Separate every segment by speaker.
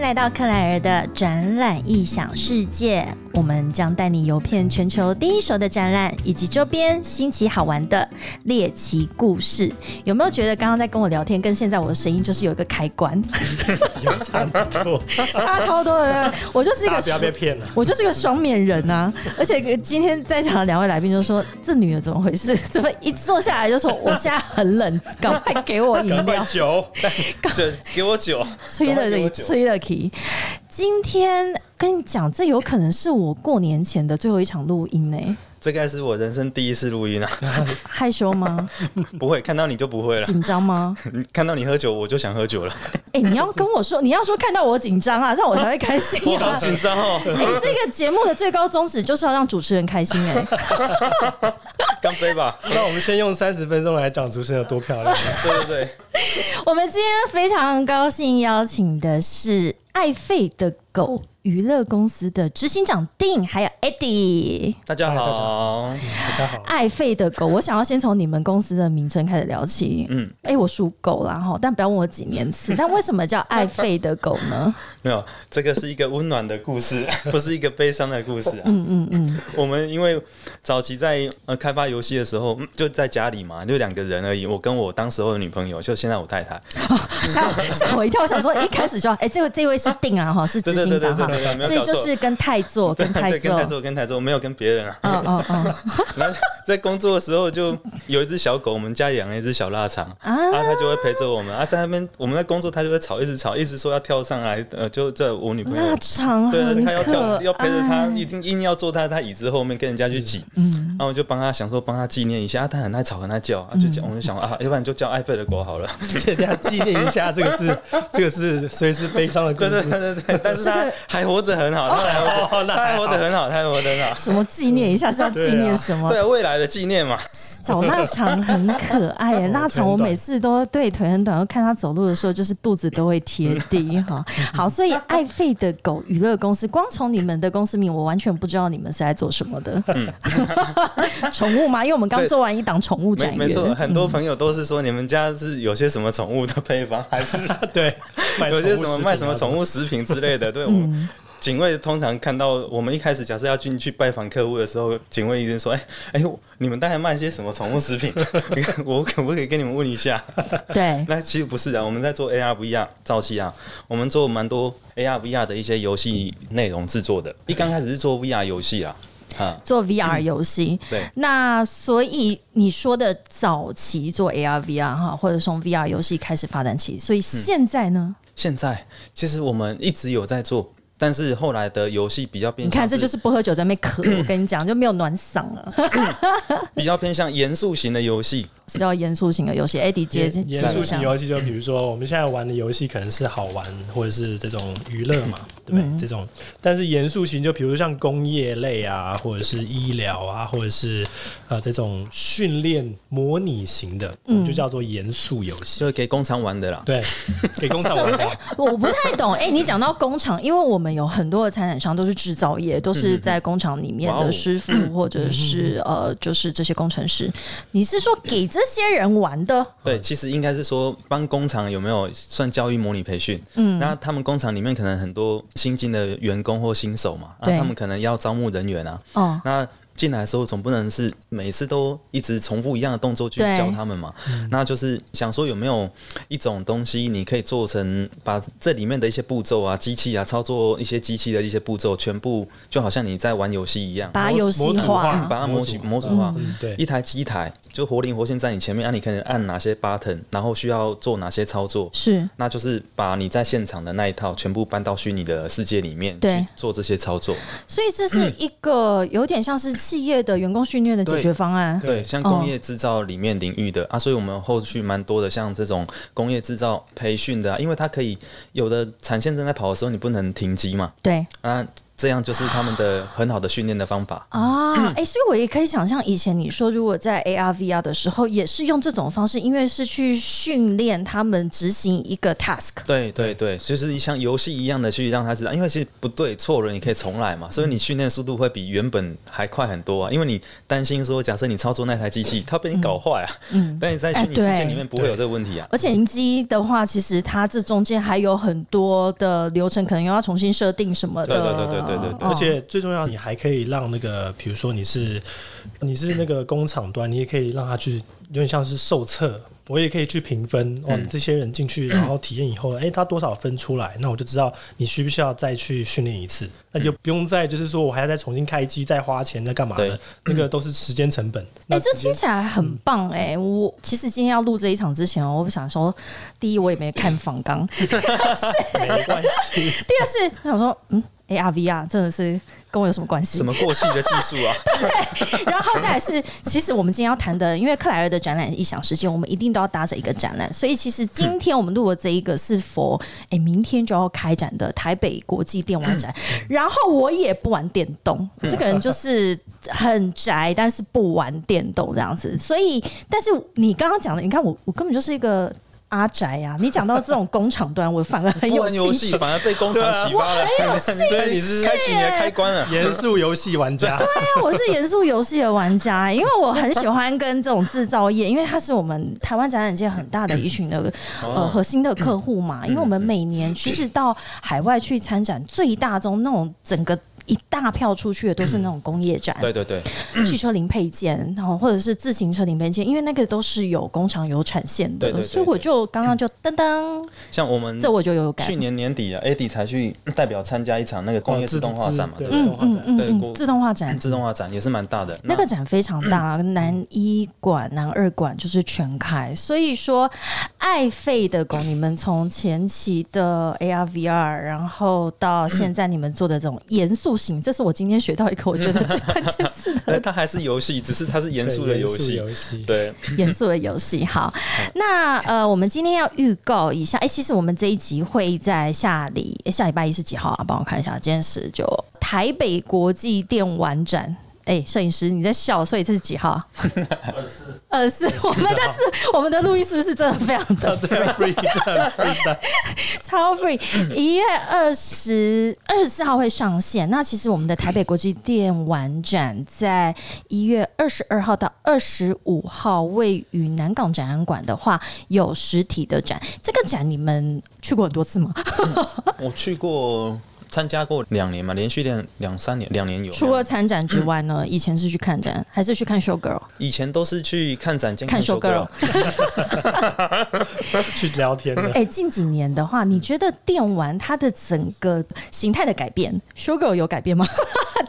Speaker 1: 来到克莱尔的展览异想世界，我们将带你游遍全球第一手的展览以及周边新奇好玩的猎奇故事。有没有觉得刚刚在跟我聊天，跟现在我的声音就是有一个开关，
Speaker 2: 有差不多，
Speaker 1: 差超多的？对不对我就是一
Speaker 2: 大
Speaker 1: 个
Speaker 2: 家不要被骗了。
Speaker 1: 我就是个双面人啊！ 而且今天在场的两位来宾就说：“这女的怎么回事？ 怎么一坐下来就说我现在很冷，赶快给我饮
Speaker 2: 赶快
Speaker 1: 料，
Speaker 2: 酒，
Speaker 3: 这给我酒，
Speaker 1: 催
Speaker 3: 赶快
Speaker 1: 了
Speaker 3: 给
Speaker 1: 你，
Speaker 3: 我酒
Speaker 1: 催了 key。”今天跟你讲，这有可能是我过年前的最后一场录音呢、
Speaker 3: 这该是我人生第一次录音啊！
Speaker 1: 害羞吗？
Speaker 3: 不会看到你就不 会了，
Speaker 1: 紧张吗？
Speaker 3: 你看到你喝酒我就想喝酒了，
Speaker 1: 哎、你要跟我说，你要说看到我紧张啊，这样我才会开心
Speaker 3: 我 好
Speaker 1: 啊！
Speaker 3: 紧张哦！
Speaker 1: 哎、这个节目的最高宗旨就是要让主持人开心哎、
Speaker 3: 干杯吧！
Speaker 2: 那我们先用三十分钟来讲主持人有多漂亮。
Speaker 3: 对对对，
Speaker 1: 我们今天非常高兴邀请的是爱费的狗娱乐公司的执行长丁，还有 Eddie。
Speaker 3: 大家
Speaker 2: 大家
Speaker 3: 好，
Speaker 2: 大家好，
Speaker 1: 爱费的狗，我想要先从你们公司的名称开始聊起。嗯
Speaker 3: 嗯，
Speaker 1: 哎、我属狗啦哈，但不要问我几年 次。但为什么叫爱费的狗呢？
Speaker 3: 没有，这个是一个温暖的故 事，不是一个悲伤的故事、啊。嗯嗯嗯，我们因为早期在呃开发游戏的时候，嗯就在家里嘛，就两个人而已，我跟我当时候的女朋友，就现在我太太。
Speaker 1: 吓吓我一跳，想说一开始就要哎、这位这位是定啊哈，是执行长哈
Speaker 3: 对对对对对对，没有
Speaker 1: 所以
Speaker 3: 搞
Speaker 1: 就
Speaker 3: 错
Speaker 1: 是跟泰座跟泰
Speaker 3: 对，跟
Speaker 1: 座
Speaker 3: 台，座，跟台座，没有跟别人啊。
Speaker 1: 嗯嗯嗯，
Speaker 3: 然后在工作的时候，就有一只小狗，我们家养了一只小腊肠，
Speaker 1: 啊
Speaker 3: 啊，它就会陪着我们。啊，在那边我们在工作，它就会吵，一直吵，一直说要跳上来，呃，就这我女朋
Speaker 1: 腊
Speaker 3: 友。
Speaker 1: 肠
Speaker 3: 对，
Speaker 1: 啊
Speaker 3: 啊
Speaker 1: 很
Speaker 3: 它要
Speaker 1: 可
Speaker 3: 跳，要陪着它，
Speaker 1: 爱
Speaker 3: 一定硬要坐在它椅子后面跟人家去挤。嗯，然后我就帮它想说帮它纪念一下，啊，它很爱吵，很爱叫，啊，就
Speaker 1: 嗯
Speaker 3: 叫，我就想啊，要不然就叫爱贝的狗 好了。
Speaker 2: 给大家纪念一下，这个是这个是所以是悲伤的故
Speaker 3: 对对
Speaker 2: 事。
Speaker 3: 对对对，但是它还活着很好，它还活
Speaker 2: 哦
Speaker 3: 着，
Speaker 2: 那
Speaker 3: 它还活
Speaker 2: 还
Speaker 3: 得
Speaker 2: 好
Speaker 3: 很好，它还活得很 好。
Speaker 1: 什么纪念一下是要纪念什么？
Speaker 3: 对啊未来的纪念嘛，
Speaker 1: 小腊肠哦很可爱
Speaker 3: 哦
Speaker 1: 耶，腊肠我每次都对腿很短，我看它走路的时候，就是肚子都会贴地 哈。好，所以爱费的狗娱乐公司，光从你们的公司名，我完全不知道你们是在做什么的。 宠物吗？因为我们刚
Speaker 3: 嗯对
Speaker 1: 做完一档宠物展嗯
Speaker 3: 没
Speaker 1: 园，
Speaker 3: 没错，很多朋友都是说你们家是有些什么宠物的配方， 还是
Speaker 2: 对，买
Speaker 3: 有些
Speaker 2: 宠
Speaker 3: 什
Speaker 2: 物
Speaker 3: 么
Speaker 2: 食
Speaker 3: 卖
Speaker 2: 品
Speaker 3: 什
Speaker 2: 啊
Speaker 3: 么宠物食品之类的。对，我们警卫通常看到我们一开始假设要进去拜访客户的时候，警卫一定说：“哎、哎、呦，你们大概卖些什么宠物食 品？ 我可不可以跟你们问一下？”
Speaker 1: 对，
Speaker 3: 那其实不是啊，我们在做 AR VR 早期啊，我们做蛮多 AR VR 的一些游戏内容制作的。一刚开始是做 VR 游戏啦，啊，
Speaker 1: 做 VR 游戏。
Speaker 3: 对
Speaker 1: 那所以你说的早期做 AR、VR 哈，或者从 VR 游戏开始发展起，
Speaker 3: 嗯
Speaker 1: 所以现在呢？
Speaker 3: 现在其实我们一直有在做，但是后来的游戏比较变，
Speaker 1: 你看，这就是不喝酒在那边咳，我跟你讲，就没有暖嗓了。
Speaker 3: 比较偏向严肃型的游戏。
Speaker 1: 是叫严肃型的游戏。AD 接
Speaker 2: 严严肃型游戏，就比如说我们现在玩的游戏可能是好玩或者是这种娱乐 嘛，对不
Speaker 1: 嗯
Speaker 2: 对？这种，但是严肃型就比如像工业类啊，或者是医疗啊，或者是呃这种训练模拟型的，我
Speaker 1: 嗯
Speaker 2: 们就叫做严肃游戏。
Speaker 3: 就是给工厂玩的啦。
Speaker 2: 对，给工厂玩的，
Speaker 1: 哎我不太懂。哎、你讲到工厂，因为我们有很多的参展商都是制造业，都
Speaker 2: 嗯
Speaker 1: 是在工厂里面
Speaker 3: 哇
Speaker 1: 的
Speaker 3: 哦
Speaker 1: 师傅 或者是呃，就是这些工程师。你是说给这些人玩的？
Speaker 3: 对，其实应该是说帮工厂有没有算教育模拟培训？嗯，那他们工厂里面可能很多新进的员工或新手嘛，
Speaker 1: 对
Speaker 3: 那他们可能要招募人员啊。
Speaker 1: 哦，
Speaker 3: 那进来的时候总不能是每次都一直重复一样的动作去
Speaker 1: 对
Speaker 3: 教他们嘛？那就是想说有没有一种东西，你可以做成把这里面的一些步骤啊、机器啊、操作一些机器的一些步骤，全部就好像你在玩游戏一样，
Speaker 1: 把它游戏
Speaker 2: 模组
Speaker 1: 化
Speaker 2: 化，
Speaker 3: 把它模型模组化。
Speaker 2: 嗯对
Speaker 3: 一台机台就活灵活现在你前面，啊，你可能按哪些 button，然后需要做哪些操作，
Speaker 1: 是
Speaker 3: 那就是把你在现场的那一套全部搬到虚拟的世界里面
Speaker 1: 对
Speaker 3: 去做这些操作。
Speaker 1: 所以这是一个有点像是企业的员工训练的解决方案。
Speaker 3: 对，像工业制造里面领域的、啊，所以我们后续蛮多的，像这种工业制造培训的、啊，因为它可以有的产线正在跑的时候，你不能停机嘛，
Speaker 1: 对，
Speaker 3: 啊，这样就是他们的很好的训练的方法。
Speaker 1: 啊，哎、所以我也可以想象，以前你说如果在 AR、VR 的时候，也是用这种方式，因为是去训练他们执行一个 task。
Speaker 3: 对对对，就是像游戏一样的去让他知道，因为其实不对错了，你可以重来嘛，所以你训练速度会比原本还快很多啊。因为你担心说，假设你操作那台机器，它被你搞坏啊，嗯， 但你在
Speaker 1: 哎
Speaker 3: 虚拟世界
Speaker 1: 对
Speaker 3: 里面不会有这个问题啊。
Speaker 1: 而且银机的话，其实它这中间还有很多的流程，可能又要重新设定什么的。
Speaker 3: 对对对对对对对
Speaker 1: 哦
Speaker 2: 而且最重要，你还可以让那个，比如说你是你是那个工厂端，你也可以让他去，有点像是受测，我也可以去评分哦。
Speaker 3: 嗯
Speaker 2: 你这些人进去，然后体验以后，哎、他多少分出来，那我就知道你需不需要再去训练一次，那
Speaker 3: 嗯
Speaker 2: 你就不用再就是说我还要再重新开机、再花钱、再干嘛的
Speaker 3: 对，
Speaker 2: 那个都是时间成本。
Speaker 1: 哎、
Speaker 2: 那
Speaker 1: 这
Speaker 2: 直接
Speaker 1: 听起来很棒哎、我其实今天要录这一场之前哦，我想说，第一我也没看访纲，
Speaker 2: 没关系，
Speaker 1: 第二是我想说，嗯，AR、VR 真的是跟我有什么关系
Speaker 3: 什？么过气的技术 啊？
Speaker 1: 然后再来是，其实我们今天要谈的，因为克莱尔的展览异想世界，我们一定都要搭着一个展览，所以其实今天我们录的这一个是否诶，明天就要开展的台北国际电玩展。
Speaker 3: 嗯
Speaker 1: 然后我也不玩电动，这个人就是很宅，但是不玩电动这样子。所以，但是你刚刚讲的，你看我，我根本就是一个阿宅啊！你讲到这种工厂端，我反而很
Speaker 3: 不
Speaker 1: 有
Speaker 3: 玩游
Speaker 1: 兴
Speaker 3: 戏
Speaker 1: 趣。啊
Speaker 3: 反而被工厂启发了， 所以你是开启你的开关了。
Speaker 2: 严肃游戏玩家。哦
Speaker 1: 对啊，我是严肃游戏的玩家，欸因为我很喜欢跟这种制造业，因为它是我们台湾展览界很大的一群的
Speaker 3: 哦
Speaker 1: 呃核心的客户
Speaker 3: 嗯
Speaker 1: 嘛。因为我们每年其实到海外去参展，最大宗那种整个。一大票出去的都是那种工业展，
Speaker 3: 对对对，
Speaker 1: 汽车零配件，然后或者是自行车零配件，因为那个都是有工厂有产线的，
Speaker 3: 对对对
Speaker 1: 所以我就刚刚就噔噔，
Speaker 3: 像我们
Speaker 1: 这我就有感。
Speaker 3: 去年年底啊，AD 才去代表参加一场那个工业自动化展嘛，
Speaker 2: 哦自
Speaker 3: 对不
Speaker 2: 自
Speaker 3: 对？
Speaker 2: 动化展
Speaker 1: 嗯
Speaker 3: 对
Speaker 1: 嗯
Speaker 3: 国
Speaker 1: 自动化展，
Speaker 3: 自动化展也是蛮大的。
Speaker 1: 那个展非常大，南一馆、南二馆就是全开，所以说爱费的狗，你们从前期的 AR、VR，然后到现在你们做的这种严肃型，这是我今天学到一个我觉得最关键字的
Speaker 3: 呃它还是游戏，只是它是严肃的
Speaker 2: 对
Speaker 3: 游戏。
Speaker 2: 游戏，
Speaker 3: 对，
Speaker 1: 严肃的游戏。好，那呃，我们今天要预告一下，哎、其实我们这一集会在下礼、诶下礼拜一是几号啊？帮我看一下，今天十九，台北国际电玩展。哎、摄影师，你在笑，所以这是几号啊？二四，二四，我们的字，我们的录音是不是真的非常的
Speaker 2: 对啊，free 这样 free 的
Speaker 1: 超 free？一月二十二十四号会上线。那其实我们的台北国际电玩展在一月二十二号到二十五号，位于南港展览馆的话，有实体的展。这个展你们去过很多次吗？
Speaker 3: 我去过参加过两年嘛，连续两两三年，两年有。
Speaker 1: 除了参展之外呢，以前是去看展，还是去看 show girl？
Speaker 3: 以前都是去看展、兼
Speaker 1: 看 show
Speaker 3: show girl
Speaker 1: girl。
Speaker 2: 去聊天的。
Speaker 1: 哎、近几年的话，你觉得电玩它的整个形态的改变，show girl 有改变吗？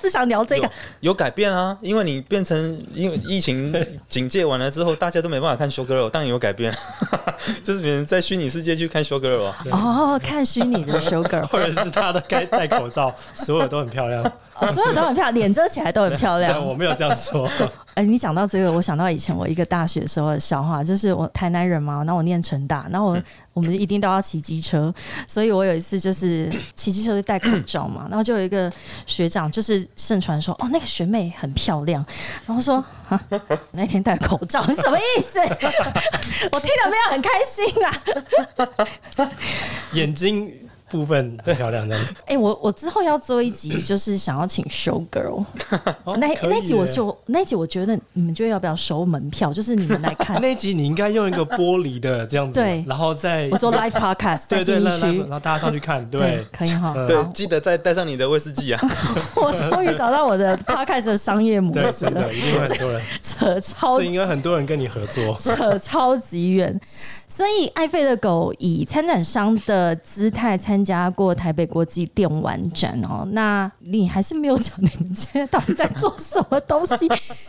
Speaker 1: 只想聊这个
Speaker 3: 有。有改变啊，因为你变成因为疫情警戒完了之后，大家都没办法看 show girl，当然有改变， 就是别人在虚拟世界去看 show girl 啊。
Speaker 1: 哦，看虚拟的 show girl，
Speaker 2: 或者是他的该戴口罩，所有都很漂亮。
Speaker 1: 哦所有都很漂亮，脸遮起来都很漂亮
Speaker 2: 但。我没有这样 说，
Speaker 1: 哎、你讲到这个，我想到以前我一个大学时候的笑话，就是我台南人嘛，然后我念成大，然后我、我们一定都要骑机车，所以我有一次就是 骑机车就戴口罩嘛，然后就有一个学长就是盛传说，哦，那个学妹很漂亮，然后说啊，那天戴口罩你什么意思？ 我听了没有很开心啊？
Speaker 2: 眼睛部分很漂亮这样子。
Speaker 1: 哎、我我之后要做一集，就是想要请 show girl
Speaker 2: 哦
Speaker 1: 那
Speaker 2: 可以
Speaker 1: 那集我
Speaker 2: 耶，
Speaker 1: 就那集我觉得你们觉得要不要收门票？就是你们来看
Speaker 2: 那一集你应该用一个玻璃的这样子，
Speaker 1: 对
Speaker 2: 然后再
Speaker 1: 我做 live podcast 在
Speaker 2: 对对，
Speaker 1: 信义
Speaker 2: 让让
Speaker 1: 区
Speaker 2: 然。后大家上去看，
Speaker 1: 对
Speaker 2: 对，，
Speaker 1: 可以哈。
Speaker 2: 嗯
Speaker 3: 对
Speaker 1: 好，
Speaker 3: 记得再带上你的威士忌啊。
Speaker 1: 我终于找到我的 podcast 的商业模
Speaker 2: 对，
Speaker 1: 式
Speaker 2: 真
Speaker 1: 了
Speaker 2: 的，一定会很多 人，
Speaker 1: 扯超
Speaker 2: 这应该很多人跟你合作。
Speaker 1: 扯超级远。所以，爱费的狗以参展商的姿态参加过台北国际电玩展哦。那你还是没有讲你们现在到底在做什么东西？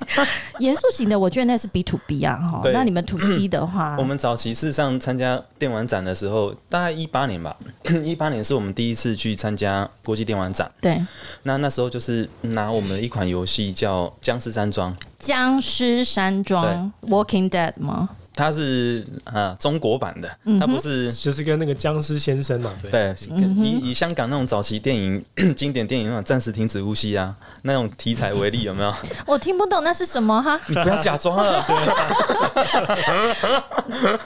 Speaker 1: 严肃型的，我觉得那是 B to B 啊哈。
Speaker 3: 对
Speaker 1: 那你们 to C 的话
Speaker 3: 我，们早期事实上参加电玩展的时候，大概一八年吧， 一八年是我们第一次去参加国际电玩展。
Speaker 1: 对
Speaker 3: 那那时候就是拿我们的一款游戏叫《僵尸山庄》，
Speaker 1: 僵尸山庄 Walking Dead 吗？
Speaker 3: 它是呃中国版的，它不是
Speaker 2: 就是跟那个僵尸先生嘛，对，
Speaker 3: 对，以以香港那种早期电影、经典电影那种暂时停止呼吸啊那种题材为例，有没有？
Speaker 1: 我听不懂那是什么哈，
Speaker 3: 你不要假装啊了，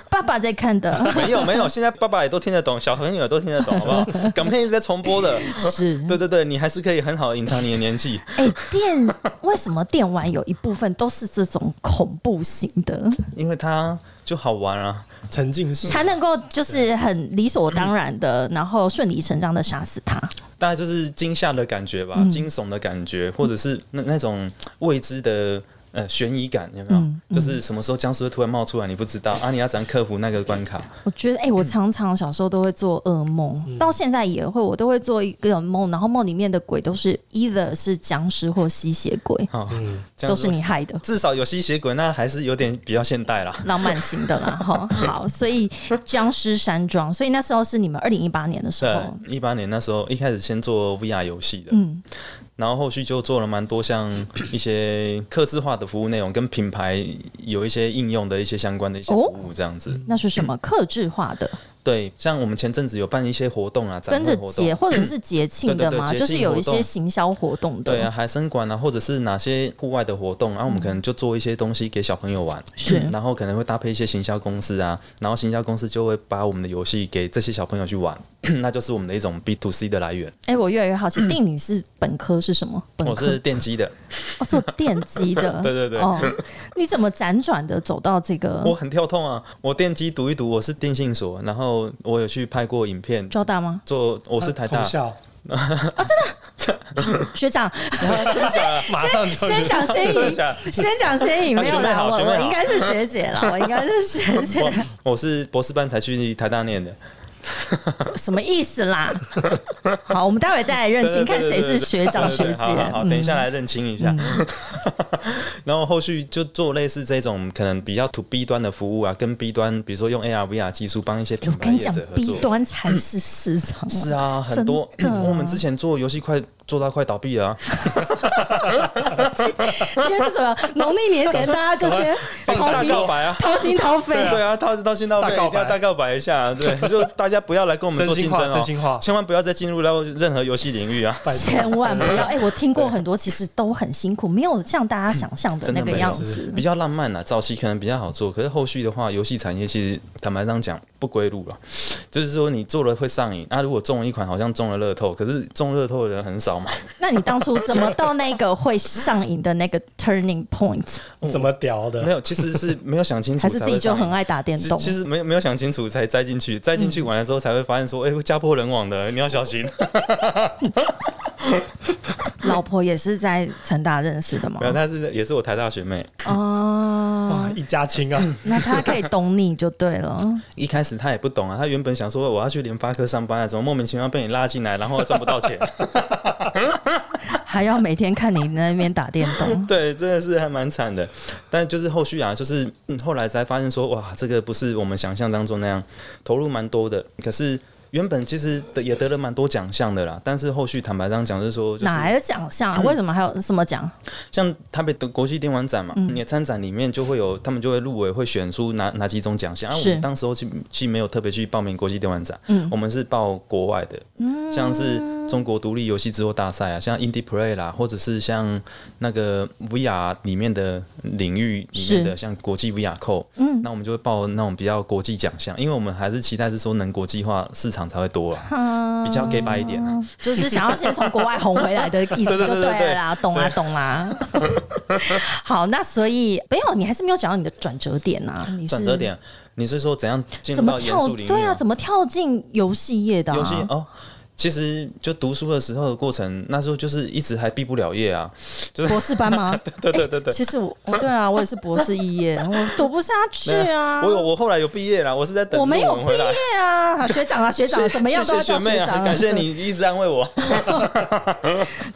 Speaker 1: 爸爸在看的，
Speaker 3: 没有没有，现在爸爸也都听得懂，小朋友也都听得懂，好不好？港片一直在重播的，
Speaker 1: 是
Speaker 3: 对对对，你还是可以很好地隐藏你的年纪。
Speaker 1: 哎、电为什么电玩有一部分都是这种恐怖型的，
Speaker 3: 因为它就好玩啊。
Speaker 2: 沉浸式
Speaker 1: 才能够就是很理所当然的，然后顺理成章的杀死他？
Speaker 3: 大概就是惊吓的感觉吧，
Speaker 1: 嗯
Speaker 3: 惊悚的感觉，或者是那那种未知的呃悬疑感，有没有？
Speaker 1: 嗯
Speaker 3: 就是什么时候僵尸会突然冒出来，你不知道啊，你要怎样克服那个关卡？
Speaker 1: 我觉得，哎、我常常小时候都会做噩梦，到现在也会，我都会做一个梦，然后梦里面的鬼都是 either 是僵尸或吸血鬼，
Speaker 3: 好，这样
Speaker 1: 都是
Speaker 3: 子。
Speaker 1: 你害的。
Speaker 3: 至少有吸血鬼，那还是有点比较现代啦。
Speaker 1: 浪漫型的啦，哈，好，所以僵尸山庄，所以那时候是你们二零一八年的时
Speaker 3: 对
Speaker 1: 候，，
Speaker 3: 一八年那时候一开始先做 VR 游戏的，嗯，然后后续就做了蛮多像一些客制化的服务内容，跟品牌有一些应用的一些相关的一
Speaker 1: 哦
Speaker 3: 些服务这样子。
Speaker 1: 那是什么克制化的，
Speaker 3: 对，像我们前阵子有办一些活动啊，展
Speaker 1: 跟着
Speaker 3: 会活动
Speaker 1: 节或者是节庆的嘛，
Speaker 3: 对对对
Speaker 1: 就
Speaker 3: 节庆
Speaker 1: 是有一
Speaker 3: 活
Speaker 1: 些
Speaker 3: 动
Speaker 1: 行销活动的，
Speaker 3: 对啊，海嗯参馆啊，或者是哪些户外的活动，然、后我们可能就做一些东西给小朋友玩，嗯
Speaker 1: 是
Speaker 3: 然后可能会搭配一些行销公司啊，然后行销公司就会把我们的游戏给这些小朋友去玩， 那就是我们的一种 B to C 的来源。
Speaker 1: 哎、我越来越好奇，定理是本科是什么？本
Speaker 3: 我
Speaker 1: 科
Speaker 3: 是电机的，
Speaker 1: 哦，做电机的，
Speaker 3: 对对对
Speaker 1: 哦，你怎么辗转的走到这个
Speaker 3: 我很跳痛啊，我电机读一读，我是电信所，然后我有去拍过影片。
Speaker 1: 交大吗？
Speaker 3: 做我是台大
Speaker 2: 同，校，
Speaker 1: 学长，
Speaker 2: 马上就
Speaker 1: 先讲先
Speaker 3: 真的
Speaker 1: 赢，
Speaker 3: 假的？
Speaker 1: 先讲先赢，
Speaker 3: 啊
Speaker 1: 没有
Speaker 3: 学妹
Speaker 1: 啦，
Speaker 3: 好
Speaker 1: 我
Speaker 3: 学妹
Speaker 1: 我
Speaker 3: 好
Speaker 1: 应该是学姐啦，我应该是学姐，
Speaker 3: 我我是博士班才去台大念的，
Speaker 1: 什么意思 啦？好，我们待会再来认清，
Speaker 3: 对对
Speaker 1: 看
Speaker 3: 对
Speaker 1: 谁是
Speaker 3: 对对
Speaker 1: 学长
Speaker 3: 对
Speaker 1: 学
Speaker 3: 对好好
Speaker 1: 姐。嗯
Speaker 3: 好，等一下来认清一下。 然后后续就做类似这种可能比较 to B 端的服务啊，跟 B 端，比如说用 AR VR 技术帮一些品
Speaker 1: 哎我
Speaker 3: 牌
Speaker 1: 跟你
Speaker 3: 业
Speaker 1: 讲
Speaker 3: 者合
Speaker 1: ，B
Speaker 3: 作。
Speaker 1: 端才是市场啊，
Speaker 3: 是啊，很多、
Speaker 1: 真的
Speaker 3: 我们之前做游戏快做到快倒闭了、啊，
Speaker 1: 今天是什么？农历年前大家就先
Speaker 3: 放
Speaker 1: 掏
Speaker 3: 大
Speaker 1: 心
Speaker 3: 告白啊。
Speaker 1: 掏心掏肺，
Speaker 3: 对啊，到到现在
Speaker 2: 大
Speaker 3: 一
Speaker 2: 告
Speaker 3: 定
Speaker 2: 白
Speaker 3: 要大告白一下，对，就大家不要来跟我们
Speaker 2: 真
Speaker 3: 做
Speaker 2: 心
Speaker 3: 竞
Speaker 2: 话
Speaker 3: 争
Speaker 2: 真心话
Speaker 3: 哦，千万不要再进入到任何游戏领域啊。
Speaker 2: 拜托
Speaker 1: 千万不 要！哎、我听过很多，其实都很辛苦，没有像大家想象的
Speaker 3: 真
Speaker 1: 那
Speaker 3: 的
Speaker 1: 个
Speaker 3: 没有
Speaker 1: 样子。
Speaker 3: 比较浪漫啦，早期可能比较好做，可是后续的话，游戏产业其实坦白上讲不归路了。就是说你做了会上瘾，那、啊如果中了一款好像中了乐透，可是中乐透的人很少嘛。
Speaker 1: 那你当初怎么到那个会上瘾的那个 turning point？
Speaker 2: 怎么屌
Speaker 3: 没
Speaker 2: 的？
Speaker 3: 有，其实是 没有想清楚
Speaker 1: 还
Speaker 3: 才
Speaker 1: 是自
Speaker 3: 会上瘾，
Speaker 1: 己就很爱嗯打电
Speaker 3: 其实。
Speaker 1: 动？
Speaker 3: 其实没有没有想清楚才栽进去，栽进去玩了之后才会发现说，哎、会家破人亡的，你要 小心。
Speaker 1: 老婆也是在成大认识的吗
Speaker 3: 没？有，她是也是我台大学妹，
Speaker 1: 哦
Speaker 2: 哇，，一家亲啊！
Speaker 1: 那她可以懂你就对了。
Speaker 3: 一开始她也不懂啊，她原本想说我要去联发科上班啊，怎么莫名其妙被你拉进来，然后赚不到钱？，
Speaker 1: 还要每天看你那边打电动
Speaker 3: 对，真的是还蛮惨的。但就是后续啊，就是、嗯、后来才发现说，哇，这个不是我们想象当中那样，投入蛮多的。可是原本其实得也得了蛮多奖项的啦，但是后续坦白上讲，就是说，就是
Speaker 1: 哪来的奖项、
Speaker 3: 嗯
Speaker 1: 啊？为什么还有什么奖？
Speaker 3: 像台北的国际电玩展嘛，
Speaker 1: 嗯
Speaker 3: 你的参展里面就会有，他们就会入围，会选出哪哪几种奖项。啊，我
Speaker 1: 是嗯
Speaker 3: 们当时候去去没有特别去报名国际电玩展，我们是报国外的，像是中国独立游戏制作大赛啊，像 Indie Play 啦，或者是像那个 VR 里面的领域里面
Speaker 1: 是
Speaker 3: 的
Speaker 1: 嗯
Speaker 3: 像国际 VR 扣，那我们就会报那种比较国际奖项，因为我们还是期待是说能国际化市场才会多啊，比较 gay 白一点啊。
Speaker 1: 就是想要先从国外红回来的意思就
Speaker 3: 对对对对
Speaker 1: 了啦，懂啦懂 啦。好，那所以没有，你还是没有讲到你的转折点啊，你是
Speaker 3: 转折点，你是说怎样进
Speaker 1: 怎
Speaker 3: 入
Speaker 1: 么
Speaker 3: 到严
Speaker 1: 跳
Speaker 3: 肃领域？
Speaker 1: 对啊，怎么跳进游戏业的、啊？
Speaker 3: 游戏 哦。其实就读书的时候的过程，那时候就是一直还毕不了业啊。
Speaker 1: 博士班吗？
Speaker 3: 对对对对，
Speaker 1: 其实我哦对啊，我也是博士毕业，我读不下去啊。
Speaker 3: 哎我有我后来有毕业啦，我是在等
Speaker 1: 我没有
Speaker 3: 论文
Speaker 1: 毕
Speaker 3: 回来。
Speaker 1: 业啊，好学长啊，学长啊
Speaker 3: 谢
Speaker 1: 怎么样都要
Speaker 3: 谢谢
Speaker 1: 叫
Speaker 3: 学妹
Speaker 1: 学
Speaker 3: 啊，
Speaker 1: 长啊。
Speaker 3: 感谢你一直安慰我。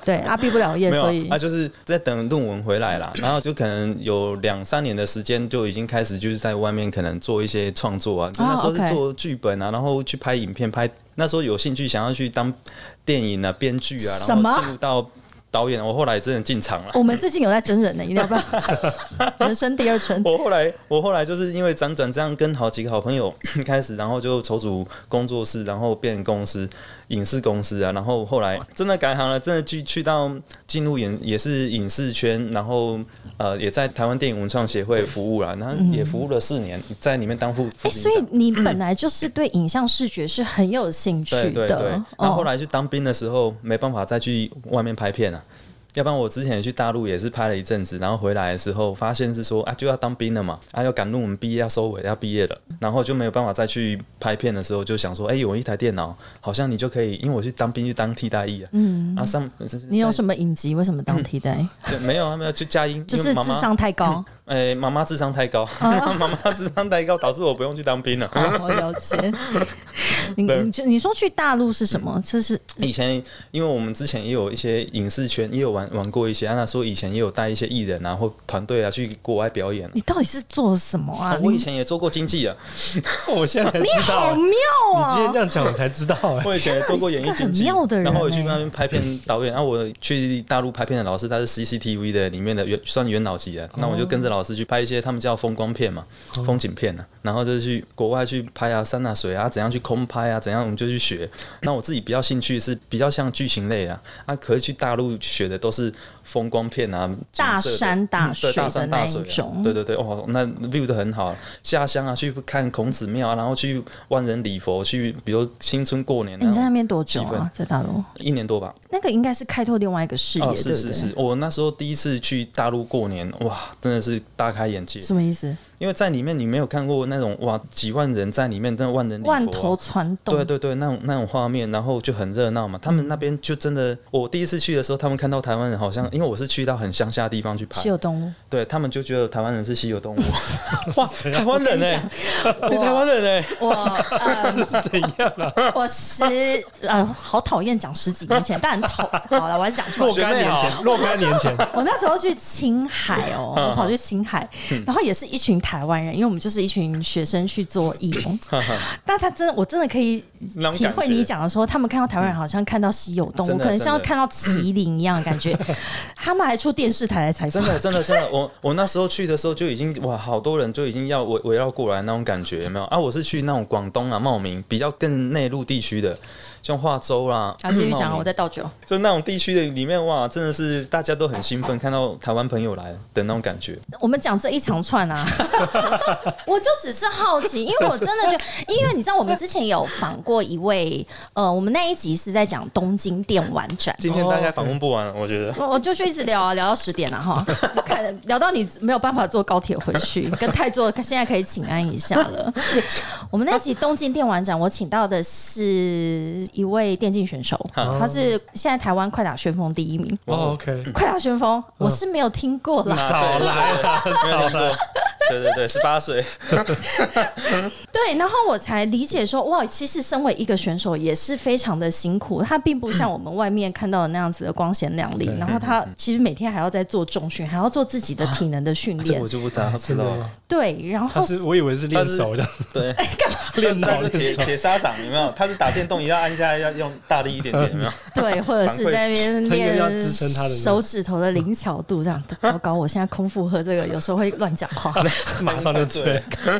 Speaker 1: 对啊，毕不了业，
Speaker 3: 没有
Speaker 1: 所以
Speaker 3: 啊，就是在等论文回 来啦，然后就可能有两三年的时间，就已经开始就是在外面可能做一些创作啊。就那时候
Speaker 1: OK
Speaker 3: 是做剧本啊，然后去拍影片，拍那时候有兴趣想要去当电影啊编剧啊，
Speaker 1: 什
Speaker 3: 然
Speaker 1: 么
Speaker 3: 后进入到导演，我后来真的进场了。
Speaker 1: 我们最近有在真人呢、一定要不要？ 人生第二春，
Speaker 3: 我后来，我后来就是因为辗转这样，跟好几个好朋友 开始，然后就筹组工作室，然后变公司、影视公司啊，然后后来真的改行了，真的去去到进入演也是影视圈，然后呃也在台湾电影文创协会服务了，然后也服务了四年，在里面当副副
Speaker 1: 嗯哎、
Speaker 3: 理事
Speaker 1: 所
Speaker 3: 长。
Speaker 1: 以你本来就是对影像视觉是很有兴趣
Speaker 3: 对对对
Speaker 1: 的，，哦
Speaker 3: 然后后
Speaker 1: 来
Speaker 3: 来去当兵的时候，没办法再去外面拍片了、啊要不然我之前也去大陆也是拍了一阵子，然后回来的时候发现是说啊就要当兵了嘛，啊要赶论文毕业要收尾要毕业了，然后就没有办法再去拍片的时候就想说，哎、有一台电脑，好像你就可以，因为我去当兵去当替代役啊，嗯，啊上
Speaker 1: 你有什
Speaker 3: 么
Speaker 1: 么影集？为什么 当替代？
Speaker 3: 没有啊没有去加音，
Speaker 1: 就
Speaker 3: 因为
Speaker 1: 是
Speaker 3: 妈
Speaker 1: 智
Speaker 3: 妈
Speaker 1: 商太 高。
Speaker 3: 哎妈妈智商 太高， 妈妈智商太高导致我不用去当兵了。
Speaker 1: 哦，我了 解。你
Speaker 3: 对
Speaker 1: 你就你说去大陆是什么？就是
Speaker 3: 以前，因为我们之前也有一些影视圈，也有玩玩过一些。安娜说以前也有带一些艺人啊或团队啊去国外表演啊、
Speaker 1: 你到底是做什么啊？
Speaker 3: 哦我
Speaker 1: 你
Speaker 3: 以前也做过经纪啊，
Speaker 2: 我现在才知道哎
Speaker 1: 好，妙
Speaker 2: 你今天
Speaker 1: 哦！
Speaker 2: 这样讲我才知道，哎
Speaker 3: 我以前也做过演艺经纪，
Speaker 1: 天哪你是个很妙的人
Speaker 3: 然后我去
Speaker 1: 欸
Speaker 3: 那边拍片导演，然后我去大陆拍片的老师他是 CCTV 的里面的元算元老级的，那我就跟着老师去拍一些他们叫风光片嘛，
Speaker 1: 哦
Speaker 3: 风景片啊，然后就去国外去拍啊山啊水啊怎样去空拍啊怎样，我们就去学。那我自己比较兴趣是比较像剧情类的啊，啊可以去大陆学的都是风光片啊，
Speaker 1: 大
Speaker 3: 景色的
Speaker 1: 山大
Speaker 3: 嗯
Speaker 1: 水
Speaker 3: 对大
Speaker 1: 的
Speaker 3: 山
Speaker 1: 那
Speaker 3: 大
Speaker 1: 一
Speaker 3: 水啊
Speaker 1: 种
Speaker 3: 对对对，哦，那 view 的很好，下乡啊，去看孔子庙啊，然后去万人礼佛，去比如新春过年、啊，
Speaker 1: 你在那边多久
Speaker 3: 气
Speaker 1: 啊
Speaker 3: 氛？
Speaker 1: 在大陆？
Speaker 3: 一年多吧？
Speaker 1: 那个应该是开拓另外一个视野，
Speaker 3: 哦，
Speaker 1: 对不
Speaker 3: 是
Speaker 1: 对？
Speaker 3: 是是，我那时候第一次去大陆过年，哇，真的是大开眼界，
Speaker 1: 什么意思？
Speaker 3: 因为在里面你没有看过那种哇几万人在里面，真的万人礼佛啊、
Speaker 1: 万头攒动，嗯
Speaker 3: 对对对，那种那种画面，然后就很热闹嘛。他们那边就真的，我第一次去的时候，他们看到台湾人好
Speaker 1: 嗯
Speaker 3: 像，因为我是去到很乡下的地方去拍
Speaker 1: 稀，有动物。
Speaker 3: 对他们就觉得台湾人是稀有动物。哇，
Speaker 2: 啊
Speaker 3: 台湾
Speaker 1: 跟
Speaker 3: 人
Speaker 1: 你
Speaker 3: 哎、你台湾人哎、
Speaker 1: 我 呃，
Speaker 2: 怎样啊？
Speaker 1: 我十呃，好讨厌讲十几年前，但很讨 好了，我还是讲出来
Speaker 2: 若。干年前，若干年前，
Speaker 1: 我那时候去青海哦，
Speaker 3: 嗯
Speaker 1: 我跑去青海，然后也是一群台湾人，因为我们就是一群学生去做义工。
Speaker 3: 嗯
Speaker 1: 但他真的，我真的可以
Speaker 3: 那种
Speaker 1: 体
Speaker 3: 感
Speaker 1: 会
Speaker 3: 觉
Speaker 1: 你讲的说，他们看到台湾人好像看到稀有动物，
Speaker 3: 真的
Speaker 1: 可能像
Speaker 3: 真的
Speaker 1: 看到麒麟一样的感 觉。他们还出电视台来采
Speaker 3: 真
Speaker 1: 访，
Speaker 3: 的，真的，真的，我我那时候去的时候就已经哇，好多人就已经要围围绕过来那种感觉，有没有啊？我是去那种广东啊、茂名比较更内陆地区的，像化州啦、
Speaker 1: 好，继续讲，
Speaker 3: 茂
Speaker 1: 我
Speaker 3: 名
Speaker 1: 再倒酒。
Speaker 3: 就那种地区的里面哇，真的是大家都很兴奋，看到台湾朋友来的那种感觉。
Speaker 1: 我们讲这一长串啊，我就只是好奇，因为我真的觉得，因为你知道，我们之前有访过一位，呃，我们那一集是在讲东京电玩展，
Speaker 3: 今天大概访问不完了，我觉得。
Speaker 1: 我我就去一直聊啊，聊到十点了哈，看聊到你没有办法坐高铁回去，跟泰座 现在可以请安一下了。我们那集东京电玩展，我请到的是一位电竞选手，他是现在台湾快打旋风第一名。
Speaker 2: 哦，OK，
Speaker 1: 快打旋风，我是没有听过 啦。
Speaker 3: 少来了，哦没有听过。对对对，十八岁，
Speaker 1: 对，然后我才理解说，哇，其实身为一个选手也是非常的辛苦，他并不像我们外面看到的那样子的光鲜亮丽，然后他其实每天还要在做重训，还要做自己的体能的训
Speaker 3: 这
Speaker 2: 啊
Speaker 1: 练
Speaker 3: 我，就不知道知道了。
Speaker 1: 对，然
Speaker 2: 他
Speaker 1: 后
Speaker 2: 是我以为是练手的，
Speaker 3: 对，
Speaker 2: 练脑
Speaker 3: 那 是
Speaker 2: 练
Speaker 3: 铁
Speaker 2: 手。
Speaker 3: 铁砂掌有没有？他是打电动，一定要按下要用大力一点点， 有没有？
Speaker 1: 对，或者是在那边
Speaker 2: 他应该要
Speaker 1: 练
Speaker 2: 支撑他的那个
Speaker 1: 手指头的灵巧度，这样糟糕，我现在空腹喝这个，有时候会乱讲话，
Speaker 2: 马上就吹，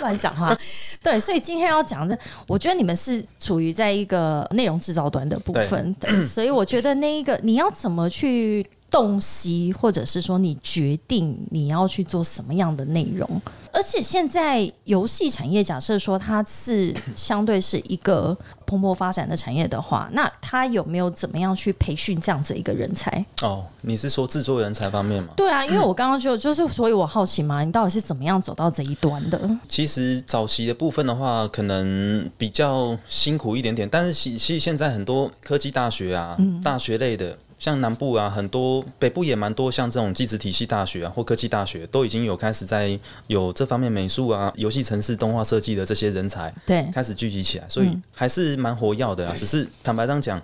Speaker 1: 乱讲 话。对，所以今天要讲的，我觉得你们是处于在一个内容制造端的部分，对，所以我觉得那一个你要怎么去洞悉，或者是说你决定你要去做什么样的内容。而且现在游戏产业，假设说它是相对是一个蓬勃发展的产业的话，那它有没有怎么样去培训这样子一个人才？
Speaker 3: 哦，你是说制作人才方面吗？
Speaker 1: 对啊，因为我刚刚就就是，所以我好奇嘛，你到底是怎么样走到这一端的？
Speaker 3: 其实早期的部分的话，可能比较辛苦一点点，但是其其实现在很多科技大学啊，大学类的。像南部啊，很多北部也蛮多，像这种技职体系大学啊，或科技大学，都已经有开始在有这方面美术啊、游戏城市动画设计的这些人才，
Speaker 1: 对，
Speaker 3: 开始聚集起来，所
Speaker 1: 嗯
Speaker 3: 以还是蛮活跃的啦。啊只是坦白上讲，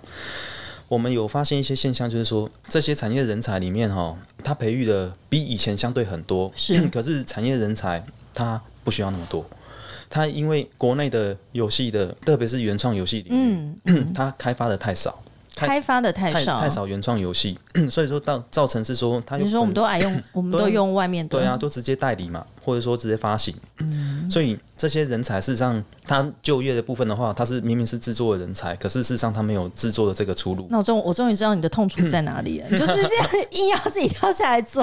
Speaker 3: 我们有发现一些现象，就是说这些产业人才里面哈，他培育的比以前相对很多，嗯
Speaker 1: 是
Speaker 3: 可是产业人才他不需要那么多。他因 为国内的游戏的，特别是原创游戏领域，
Speaker 1: 嗯，
Speaker 3: 他开发的太少，
Speaker 1: 开发的太
Speaker 3: 太
Speaker 1: 少，
Speaker 3: 太少原创游戏，所以说到造成是说他啊
Speaker 1: 比如说我们都爱 用，我们都用外面的，
Speaker 3: 对啊，都直接代理嘛，或者说直接发行。所以这些人才事实上，他就业的部分的话，他是明明是制作的人才，可是事实上他没有制作的这个出路。
Speaker 1: 那我终我终于知道你的痛处在哪里 了，你就是这样硬要自己跳下来做，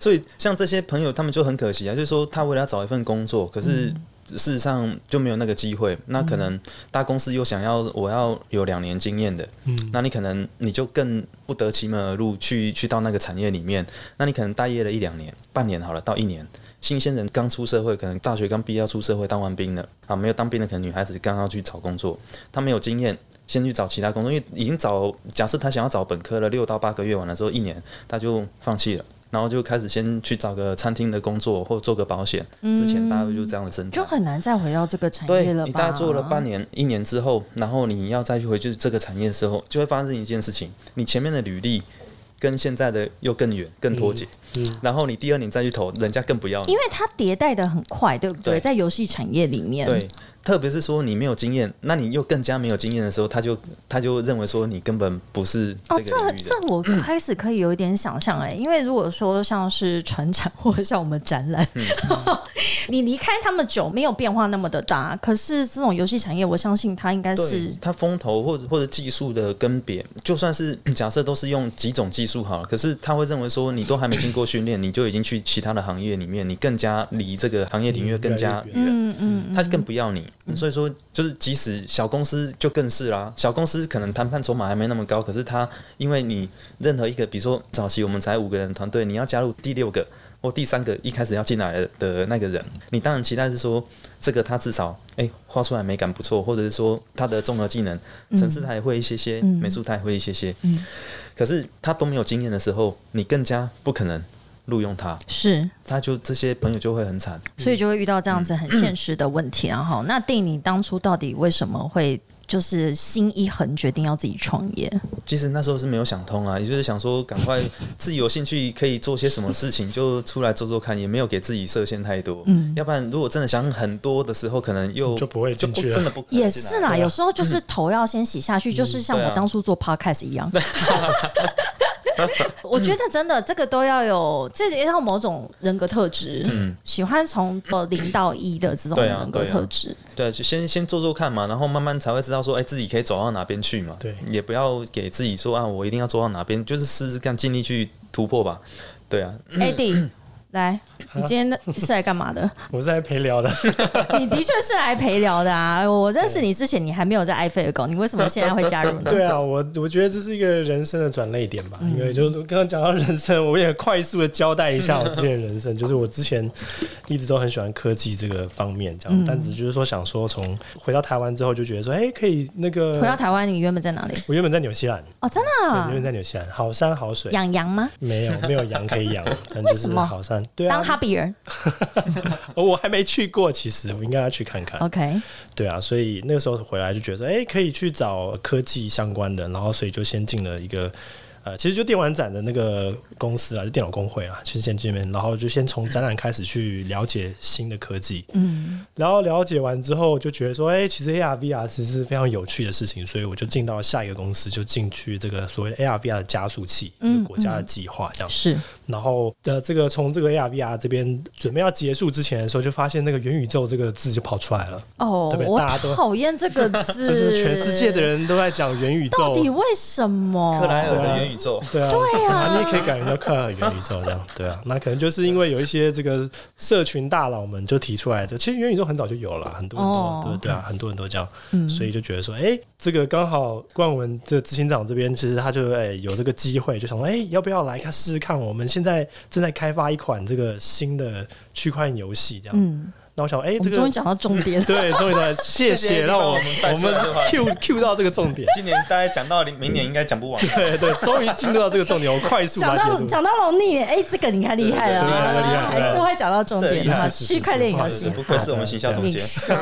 Speaker 3: 所以像这些朋友，他们就很可惜啊，就是说他为了要找一份工作，可是事实上就没有那个机会。那可能大公司又想要我要有两年经验的，那你可能你就更不得其门而入去去到那个产业里面，那你可能待业了一两年、半年好了，到一年。新鲜人刚出社会，可能大学刚毕业要出社会当完兵了啊，没有当兵的可能女孩子刚要去找工作，她没有经验，先去找其他工作，因为已经找假设她想要找本科了，六到八个月完了之后一年，她就放弃了。然后就开始先去找个餐厅的工作，或做个保险。之前大概就这样的生态，
Speaker 1: 就很难再回到这个产业
Speaker 3: 对
Speaker 1: 了吧？
Speaker 3: 你大概做了半年、一年之后，然后你要再去回去这个产业的时候，就会发生一件事情：你前面的履历跟现在的又更远、更脱节。然后你第二年再去投，人家更不要
Speaker 1: 嗯
Speaker 3: 你
Speaker 1: 因。为它迭代的很快，对不对？
Speaker 3: 对
Speaker 1: 在游戏产业里面，
Speaker 3: 对，特别是说你没有经验，那你又更加没有经验的时候，他就他就认为说你根本不是
Speaker 1: 哦，
Speaker 3: 这
Speaker 1: 这
Speaker 3: 个领域的。
Speaker 1: 这 我开始可以有一点想象哎、因为如果说像是船展或者像我们展览，
Speaker 3: 嗯
Speaker 1: 你离开他们久，没有变化那么的大，可是这种游戏产业，我相信它应该
Speaker 3: 对
Speaker 1: 是，
Speaker 3: 它风投或者或者技术的更迭，就算是 假设都是用几种技术好了，可是他会认为说你都还没经过训练，你就已经去其他的行业里面，你更加离这个行业领域更加
Speaker 2: 嗯越来越
Speaker 3: 远，
Speaker 1: 嗯嗯
Speaker 3: 他更不要你。所以说，就是即使小公司就更是啦，小公司可能谈判筹码还没那么高，可是他因为你任何一个，比如说早期我们才五个人团队，你要加入第六个。或第三个一开始要进来的那个人，你当然期待是说，这个他至少哎、画出来美感不错，或者是说他的综合技能，城市他也会一些些，美术他也会一些些，可是他都没有经验的时候，你更加不可能录用他，
Speaker 1: 是，
Speaker 3: 他就这些朋友就会很惨。
Speaker 1: 所以就会遇到这样子很
Speaker 3: 嗯
Speaker 1: 现实的问题啊哈、那定你当初到底为什么会就是心一横决定要自己创业？
Speaker 3: 其实那时候是没有想通啊，也就是想说赶快自己有兴趣可以做些什么事情就出来做做看，也没有给自己设限太多。嗯，要不然如果真的想很多的时候，可能又
Speaker 2: 就不会进去啊了
Speaker 3: 真的不可能
Speaker 1: 也
Speaker 3: 进来
Speaker 1: 是啊啦，有时候就是头要先洗下去，就是像
Speaker 3: 嗯对
Speaker 1: 我
Speaker 3: 啊
Speaker 1: 当初做 podcast 一样。我觉得真的这个都要有，这也要某种人格特质，
Speaker 3: 嗯
Speaker 1: 喜欢从呃零到一的这种
Speaker 3: 对啊
Speaker 1: 人格
Speaker 3: 对啊
Speaker 1: 特质。
Speaker 3: 对，就先先做做看嘛，然后慢慢才会知道说，哎、自己可以走到哪边去嘛。
Speaker 2: 对
Speaker 3: 也不要给自己说啊，我一定要做到哪边，就是试试看，尽力去突破吧。对啊，
Speaker 1: Eddie，来， 你今天是来干嘛的？
Speaker 2: 我是在陪聊的，
Speaker 1: 你的确是来陪聊的啊！我认识你之前，你还没有在埃菲尔狗，你为什么现在会加入呢？
Speaker 2: 对 啊，我我觉得这是一个人生的转捩点吧，因为就是刚刚讲到人生，我也快速的交代一下我之前的人生，就是我之前一直都很喜欢科技这个方面，这样，但只就是说想说从回到台湾之后就觉得说，哎，可以那个
Speaker 1: 回到台湾，你原本在哪里？
Speaker 2: 我原本在纽西兰，
Speaker 1: 哦，真的
Speaker 2: 对，
Speaker 1: 啊
Speaker 2: 原本在纽西兰，好山好水，
Speaker 1: 养羊吗？
Speaker 2: 没有没有羊可以 养，但就是
Speaker 1: 么
Speaker 2: 好山，对啊
Speaker 1: 当，哈比人
Speaker 2: 哦我还没去过，其实我应该要去看看。
Speaker 1: ？OK，
Speaker 2: 对啊，所以那个时候回来就觉得，哎、可以去找科技相关的，然后所以就先进了一个，呃，其实就电玩展的那个公司啊，就电脑工会啊，去先进面，然后就先从展览开始去了解新的科技，嗯，然后了解完之后就觉得说，哎、其实 AR VR 其实是非常有趣的事情，所以我就进到下一个公司，就进去这个所谓 AR VR 的加速器，一个国家的计划这样子
Speaker 1: 是
Speaker 2: 然后呃，这个从这个 AR VR 这边准备要结束之前的时候，就发现那个元宇宙这个字就跑出来了。
Speaker 1: 哦
Speaker 2: 对不，对
Speaker 1: 我
Speaker 2: 大家都
Speaker 1: 讨厌这 个字，
Speaker 2: 就是全世界的人都在讲元宇
Speaker 1: 到
Speaker 2: 宙，
Speaker 1: 底为什么？
Speaker 3: 克莱尔的元宇宙，
Speaker 2: 对啊，对啊，你也可以感觉到克莱尔元宇宙这样，对啊，那可能就是因为有一些这个社群大佬们就提出来的，其实元宇宙很早就有了，很多很多，
Speaker 1: 哦嗯
Speaker 2: 对对啊，很多人都这样，所以就觉得说，哎、这个刚好冠文这个执行长这边，其实他就哎、有这个机会，就想说，哎、要不要来看试试看？我们现在正在开发一款这个新的区块链游戏，这样，
Speaker 1: 嗯，
Speaker 2: 那我想，哎、
Speaker 1: 我
Speaker 2: 这
Speaker 1: 们终于
Speaker 2: 个。。
Speaker 1: 讲到重点
Speaker 2: 对，终于来，谢
Speaker 3: 谢谢
Speaker 2: 谢
Speaker 3: 你
Speaker 2: 让
Speaker 3: 帮
Speaker 2: 我
Speaker 3: 我们带
Speaker 2: 我
Speaker 3: 出
Speaker 2: 们
Speaker 3: 来 这话题
Speaker 2: Q Q 到这个重点。
Speaker 3: 今年大概讲到明年应该讲 不完。
Speaker 2: 对对，终于进入到这个重点，我快速
Speaker 1: 讲
Speaker 2: 把它
Speaker 1: 到
Speaker 2: 结束。
Speaker 1: 讲到龙逆，哎，这个你看厉害了
Speaker 2: 对对对厉
Speaker 1: 啊，
Speaker 2: 害
Speaker 1: 还
Speaker 2: 厉害
Speaker 1: 是会讲到重点的啊，
Speaker 2: 是是是
Speaker 1: 区块链游戏。
Speaker 3: 不愧是我们形象总
Speaker 1: 你
Speaker 3: 监。
Speaker 1: 说，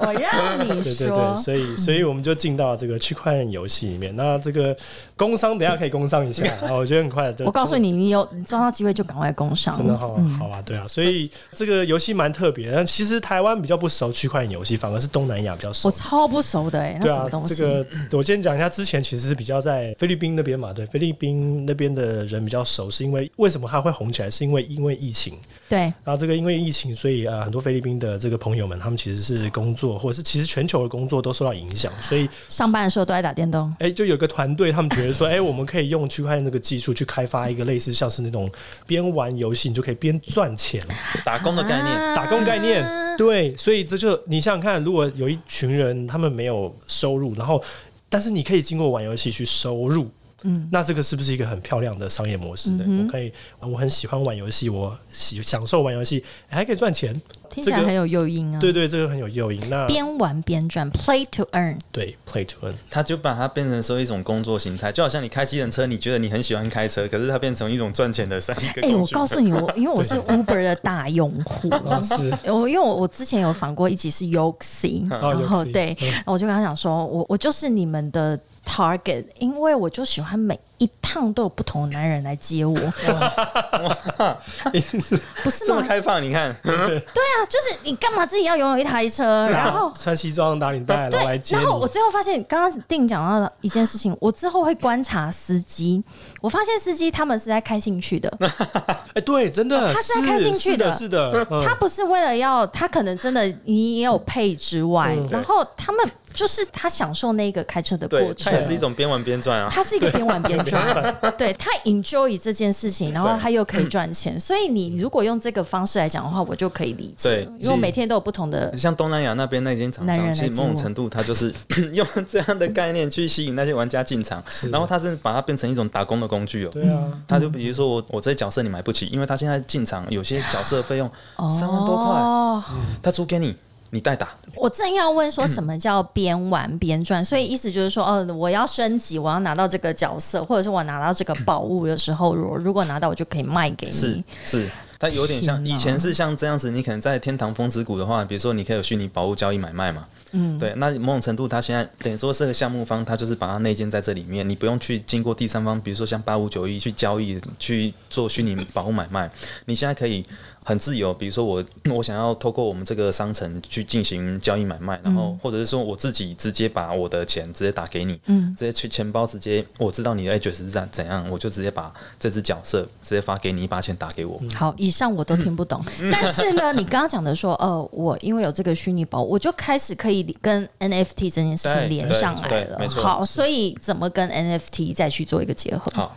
Speaker 1: 我让你
Speaker 2: 对对
Speaker 1: 说嗯
Speaker 2: 对，，所以所以我们就进到这个区块链游戏里面。那这个工商等一下可以工商一下， 啊，我觉得很快就。
Speaker 1: 我告诉嗯你，你有你抓到机会就赶快工商
Speaker 2: 真。的好、好吧，对啊，所以这个游戏蛮特别，但其实台湾比较不熟区块链游戏，反而是东南亚比较熟
Speaker 1: 我。超不熟的哎、那
Speaker 2: 对
Speaker 1: 什么
Speaker 2: 啊
Speaker 1: 东，
Speaker 2: 这
Speaker 1: 西？
Speaker 2: 个我先讲一下，之前其实是比较在菲律宾那边嘛，对，菲律宾那边的人比较熟，是因为为什么它会红起来，是因为因为疫情，
Speaker 1: 对，
Speaker 2: 然后这个因为疫情，所以呃很多菲律宾的这个朋友们，他们其实是工作，或者是其实全球的工作都受到影响，所以
Speaker 1: 上班的时候都在打电动。
Speaker 2: 哎、就有个团队，他们觉得说，哎、我们可以用区块链这个技术去开发一个类似像是那种边玩游戏你就可以边赚钱，
Speaker 3: 打工的概念，
Speaker 2: 打工概念。对，所以这就你想想看，如果有一群人他们没有收入，然后但是你可以经过玩游戏去收入。嗯，那这个是不是一个很漂亮的商业模式？我可以，我很喜欢玩游戏，我喜享受玩游戏，还可以赚钱。
Speaker 1: 听起来
Speaker 2: 这个
Speaker 1: 很有诱因啊。
Speaker 2: 对对，这个很有诱因。那
Speaker 1: 边玩边赚，play to earn。
Speaker 2: 对 play to earn，
Speaker 3: 他就把它变成说一种工作形态，就好像你开机人车，你觉得你很喜欢开车，可是它变成一种赚钱的三一个
Speaker 1: 哎、我
Speaker 3: 工具。
Speaker 1: 告诉你，我因为我是 Uber 的大用户，
Speaker 2: 啊是
Speaker 1: 我因为我我之前有访过一集是 Yoxi，
Speaker 2: 哦
Speaker 1: 然后
Speaker 2: Yoxi，
Speaker 1: 对，然后我就跟他讲说，我我就是你们的 target，因为我就喜欢每一趟都有不同的男人来接我，不是
Speaker 3: 这
Speaker 1: 吗
Speaker 3: 么？开放，你看，
Speaker 1: 对啊，就是你干嘛自己要拥有一台车，然后。
Speaker 2: 穿西装打领带，然后来
Speaker 1: 哦对，
Speaker 2: 接
Speaker 1: 然后
Speaker 2: 你
Speaker 1: 我。最后发现，刚刚定讲到的一件事情，我之后会观察司机。我发现司机他们是在开兴趣的，
Speaker 2: 哎，对，真的，
Speaker 1: 哦他是在开兴趣
Speaker 2: 的，
Speaker 1: 的
Speaker 2: 是的，嗯
Speaker 1: 他不是为了要，他可能真的你也有配之外，
Speaker 2: 嗯
Speaker 1: 然后他们就是他享受那个开车的过
Speaker 3: 对，
Speaker 1: 程
Speaker 3: 它。也是一种边玩边赚 啊。
Speaker 1: 他是一个边玩边 赚，对他 enjoy 这件事情，然后
Speaker 3: 对
Speaker 1: 他又可以赚钱，所以你如果用这个方式来讲的话，我就可以理解
Speaker 3: 对，
Speaker 1: 因为我每天都有不同的
Speaker 3: 你像东南亚那边那间厂
Speaker 1: 男人来
Speaker 3: 商，其实
Speaker 1: 进
Speaker 3: 某种
Speaker 1: 入
Speaker 3: 程度，它就是 用这样的概念去吸引那些玩家进场，啊然后它是把它变成一种打工的工具哦。
Speaker 2: 对啊，
Speaker 3: 他就比如说我我这角色你买不起，因为他现在进场有些角色费用
Speaker 1: 嗯
Speaker 3: 三万多块，
Speaker 1: 哦。
Speaker 3: 他租给你，你代打。
Speaker 1: 我正要问说什么叫边玩边赚，所以意思就是说，哦，我要升级，我要拿到这个角色，或者是我拿到这个宝物的时候，我如果拿到，我就可以卖给
Speaker 3: 是
Speaker 1: 你。
Speaker 3: 是，它有点像
Speaker 1: 天哪
Speaker 3: 以前是啊像这样子，你可能在天堂风之谷的话，比如说你可以有虚拟宝物交易买卖嘛。嗯，对，那某种程度，它现在等于说是个项目方，它就是把它内建在这里面，你不用去经过第三方，比如说像八五九一去交易去做虚拟宝物买卖，你现在可以很自由。比如说我 我想要透过我们这个商城去进行交易买卖，然后或者是说我自己直接把我的钱直接打给你，嗯，直接去钱包直接我知道你的 a d r e s 是怎怎样，我就直接把这只角色直接发给你，你把钱打给我。
Speaker 1: 好，以上我都听不懂，
Speaker 3: 嗯
Speaker 1: 但是呢，你刚刚讲的说，呃，我因为有这个虚拟宝物，我就开始可以跟 NFT 这件事情
Speaker 3: 对
Speaker 1: 连
Speaker 3: 对
Speaker 1: 上来
Speaker 3: 对
Speaker 1: 了。
Speaker 3: 没错
Speaker 1: 好，所以怎么跟 NFT 再去做一个结 合？
Speaker 3: 好，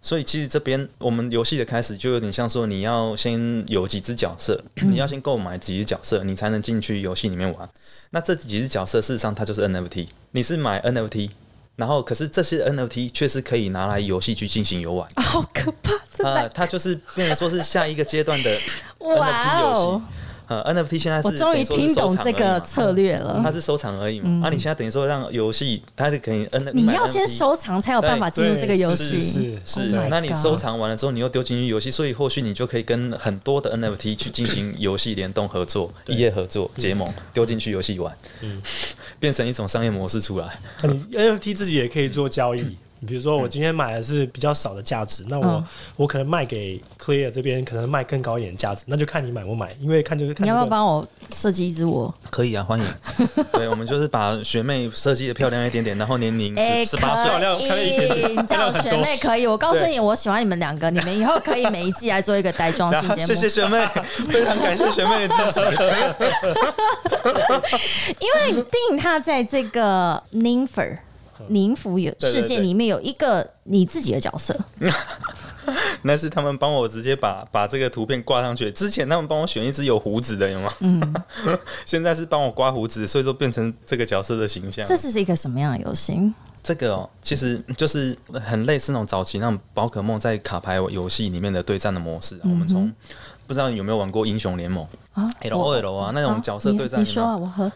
Speaker 3: 所以其实这边我们游戏的开始就有点像说，你要先有几只角 色，你要先购买几只角色，你才能进去游戏里面玩。那这几只角色事实上它就是 NFT，你是买 NFT。然后，可是这些 NFT 却是可以拿来游戏去进行游玩，
Speaker 1: 啊好可怕，真
Speaker 3: 呃，
Speaker 1: 的！
Speaker 3: 它就是变成说是下一个阶段的
Speaker 1: 哇
Speaker 3: NFT 游
Speaker 1: 哦
Speaker 3: 戏。呃，NFT 现在是
Speaker 1: 我终于
Speaker 3: 等于说
Speaker 1: 听
Speaker 3: 是收
Speaker 1: 懂
Speaker 3: 藏
Speaker 1: 这
Speaker 3: 而已
Speaker 1: 个
Speaker 3: 嘛嗯
Speaker 1: 策略了嗯
Speaker 3: 它。是收藏而已嘛。那、啊你现在等于说让游戏，它是可以 N，
Speaker 1: 你要先
Speaker 3: NFT
Speaker 1: 收藏才有办法进入这个游
Speaker 2: 是
Speaker 1: 戏。
Speaker 2: 是
Speaker 3: 是
Speaker 1: Oh my
Speaker 3: 那你
Speaker 1: God
Speaker 3: 收藏完了之后，你又丢进去游戏，所以后续你就可以跟很多的 NFT 去进行游戏联动合作、异业合作、结
Speaker 1: 嗯
Speaker 3: 盟，丢进去游戏玩， 变成一种商业模式出来。
Speaker 2: 那你 NFT 自己也可以做交易。比如说，我今天买的是比较少的价值，那我、
Speaker 1: 嗯
Speaker 2: 我可能卖给 Clear 这边，可能卖更高一点的价值，那就看你买不买，因为看就是看、
Speaker 1: 你
Speaker 2: 这
Speaker 1: 要
Speaker 2: 个。
Speaker 1: 不要帮我设计一只我？
Speaker 3: 可以 啊，欢迎。对，我们就是把学妹设计的漂亮一点点，然后年龄十十八岁，
Speaker 2: 亮漂亮一点
Speaker 1: 哎以，你叫我学 妹可以。我告诉你，我喜欢你们两个，你们以后可以每一季来做 一个带妆性哦节
Speaker 3: 哦谢
Speaker 1: 目。
Speaker 3: 谢 学妹，非常感谢学妹的支持。
Speaker 1: 因为定他在这个宁芙宁芙有
Speaker 3: 嗯对对嗯
Speaker 1: 世界里面有一个你自己的角色，
Speaker 3: 那是他们帮我直接把把这个图片挂上去。之前他们帮我选一只有胡子的，有吗？嗯， 现在是帮我刮胡子，所以说变成这个角色的形象。
Speaker 1: 这是一个什么样的游戏？
Speaker 3: 这个哦，其实
Speaker 1: 嗯
Speaker 3: 就是很类似那种早期那种宝可梦在卡牌游戏里面的对战的模式啊、
Speaker 1: 嗯
Speaker 3: 我们从不知道你有没有玩过英雄联盟
Speaker 1: 啊
Speaker 3: L
Speaker 1: 我
Speaker 3: O L 啊那种角色
Speaker 1: 你
Speaker 3: 对战
Speaker 1: 你
Speaker 3: 有没
Speaker 1: 说
Speaker 3: 有
Speaker 1: 啊，我喝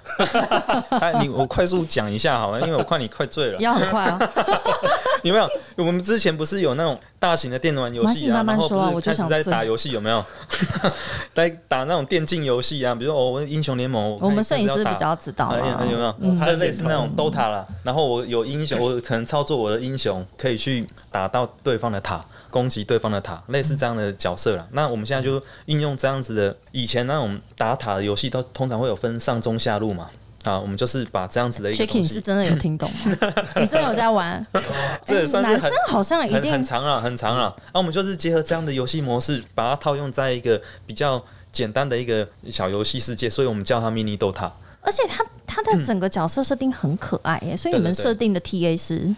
Speaker 3: 哎，你我快速讲一下好了，因为我看你快醉 了。
Speaker 1: 要很快 啊，
Speaker 3: 有没有？我们之前不是有那种大型的电玩
Speaker 1: 没
Speaker 3: 游戏啊，
Speaker 1: 关系慢慢
Speaker 3: 然后
Speaker 1: 说啊
Speaker 3: 不
Speaker 1: 我
Speaker 3: 是
Speaker 1: 就
Speaker 3: 开始
Speaker 1: 想
Speaker 3: 在
Speaker 1: 醉
Speaker 3: 打游戏，有没 有？在打那种电竞游戏啊，比如说哦，我英雄联盟，
Speaker 1: 我们摄
Speaker 3: 看
Speaker 1: 影
Speaker 3: 开始
Speaker 1: 师
Speaker 3: 要打
Speaker 1: 比较知道
Speaker 3: 哎呀
Speaker 1: 啊
Speaker 3: 有。没有？就类似那种 DOTA 啦，然后我有英雄，我可能操作我的英雄可以去打到对方的塔，攻击对方的塔，类似这样的角色啦。那我们现在就运用这样子的，以前那种打塔的游戏，都通常会有分上中下路嘛。啊，我们就是把这样子的一个
Speaker 1: Shaky，
Speaker 3: 东
Speaker 1: 你是
Speaker 3: 西，哦
Speaker 1: 真的有听懂吗？ 你真的有在玩？哎
Speaker 3: 这也算是
Speaker 1: 男
Speaker 3: 很
Speaker 1: 生好像一
Speaker 3: 很
Speaker 1: 定
Speaker 3: 很长了，很长了。啊，我们就是结合这样的游戏模式，把它套用在一个比较简单的一个小游戏世界，所以我们叫它 mini Dota。
Speaker 1: 而且他他的整个角色设定很可爱耶，所以
Speaker 3: 嗯对
Speaker 1: 你
Speaker 3: 对
Speaker 1: 们
Speaker 3: 对
Speaker 1: 设定的 TA 是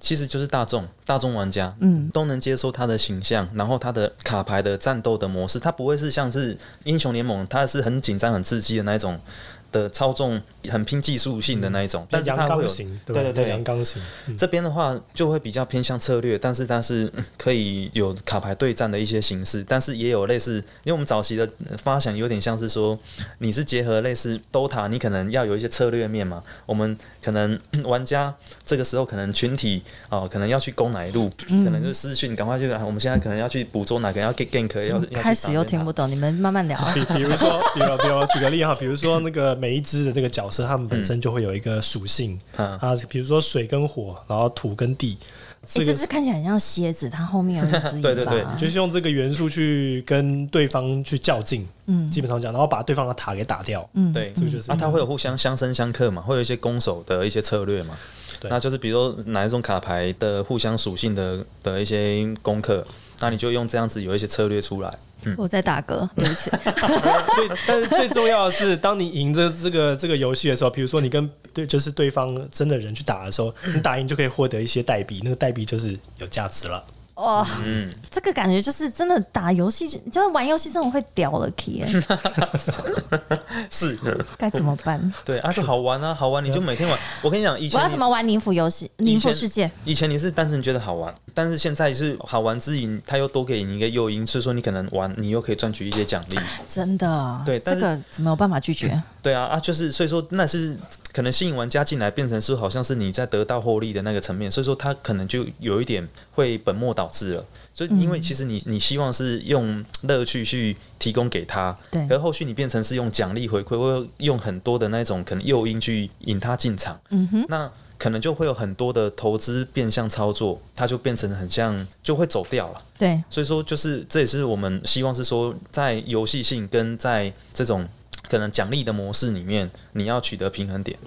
Speaker 3: 其实就是大众大众玩家，嗯，都能接受他的形象，然后他的卡牌的战斗的模式，它不会是像是英雄联盟，它是很紧张、很刺激的那一种的操纵，很拼技术性的那一种，但
Speaker 2: 嗯
Speaker 3: 是
Speaker 2: 阳
Speaker 3: 它会
Speaker 2: 刚
Speaker 3: 有
Speaker 2: 型，
Speaker 3: 对
Speaker 2: 吧
Speaker 3: 对对
Speaker 2: 阳刚型，嗯
Speaker 3: 这边的话就会比较偏向策略，但是它是嗯可以有卡牌对战的一些形式，但是也有类似，因为我们早期的呃发想有点像是说，你是结合类似 DOTA，你可能要有一些策略面嘛，我们可能嗯玩家这个时候可能群体哦、可能要去攻哪一路，可能就私讯赶快去，啊我们现在可能要去捕捉哪个，要 get gank，要要去
Speaker 1: 开始
Speaker 3: 打
Speaker 1: 又
Speaker 3: 哪
Speaker 1: 听不懂，你们慢慢聊。啊
Speaker 2: 比比如说，比如比如举个例哈，比如说那个每一只的这个角色，他们本身就会有一个属性、
Speaker 3: 嗯
Speaker 2: 啊，比如说水跟火，然后土跟地，
Speaker 1: 哎，
Speaker 2: 这
Speaker 1: 这
Speaker 2: 个
Speaker 1: 只看起来很像蝎子，它后面有一只
Speaker 3: 对对对
Speaker 1: 尾巴啊
Speaker 2: 就是用这个元素去跟对方去较劲，嗯，基本上讲，然后把对方的塔给打 掉，嗯，
Speaker 3: 对，
Speaker 2: 这个就是
Speaker 3: 啊，它会有互相相生相克嘛，会有一些攻守的一些策略嘛。
Speaker 2: 对
Speaker 3: 那就是比如说哪一种卡牌的互相属性的的一些攻克，那你就用这样子有一些策略出来。
Speaker 1: 我在打嗝，
Speaker 3: 嗯
Speaker 1: 对 不起。
Speaker 2: 所以，但是最重要的是，当你赢着这个这个游戏的时候，比如说你跟对就是对方真的人去打的时候，你打赢就可以获得一些代币，那个代币就是有价值了。
Speaker 1: 哇，
Speaker 3: 嗯
Speaker 1: 这个感觉就是真的打游戏，就是玩游戏这种会屌了 key，耶
Speaker 3: 是，
Speaker 1: 该怎么办？
Speaker 3: 对啊，就好玩啊，好玩，你就每天玩。我跟你讲，以
Speaker 1: 我
Speaker 3: 前
Speaker 1: 要
Speaker 3: 你
Speaker 1: 怎么玩宁府游戏？宁府世界，
Speaker 3: 以前你是单纯觉得好玩，但是现在是好玩之余，它又多给你一个诱因，所以说你可能玩，你又可以赚取一些奖励。
Speaker 1: 真的，
Speaker 3: 对
Speaker 1: 这
Speaker 3: 但是
Speaker 1: 个怎么有办法拒绝？
Speaker 3: 对啊，啊，就是所以说那是可能吸引玩家进来，变成是好像是你在得到获利的那个层面，所以说他可能就有一点会本末倒置了。所以因为其实你你希望是用乐趣去提供给他，
Speaker 1: 对
Speaker 3: 可是后续你变成是用奖励回馈，或用很多的那种可能诱因去引他进场，嗯哼，那。可能就会有很多的投资变相操作，它就变成很像，就会走掉了。
Speaker 1: 对，
Speaker 3: 所以说，就是这也是我们希望是说，在游戏性跟在这种可能奖励的模式里面，你要取得平衡点。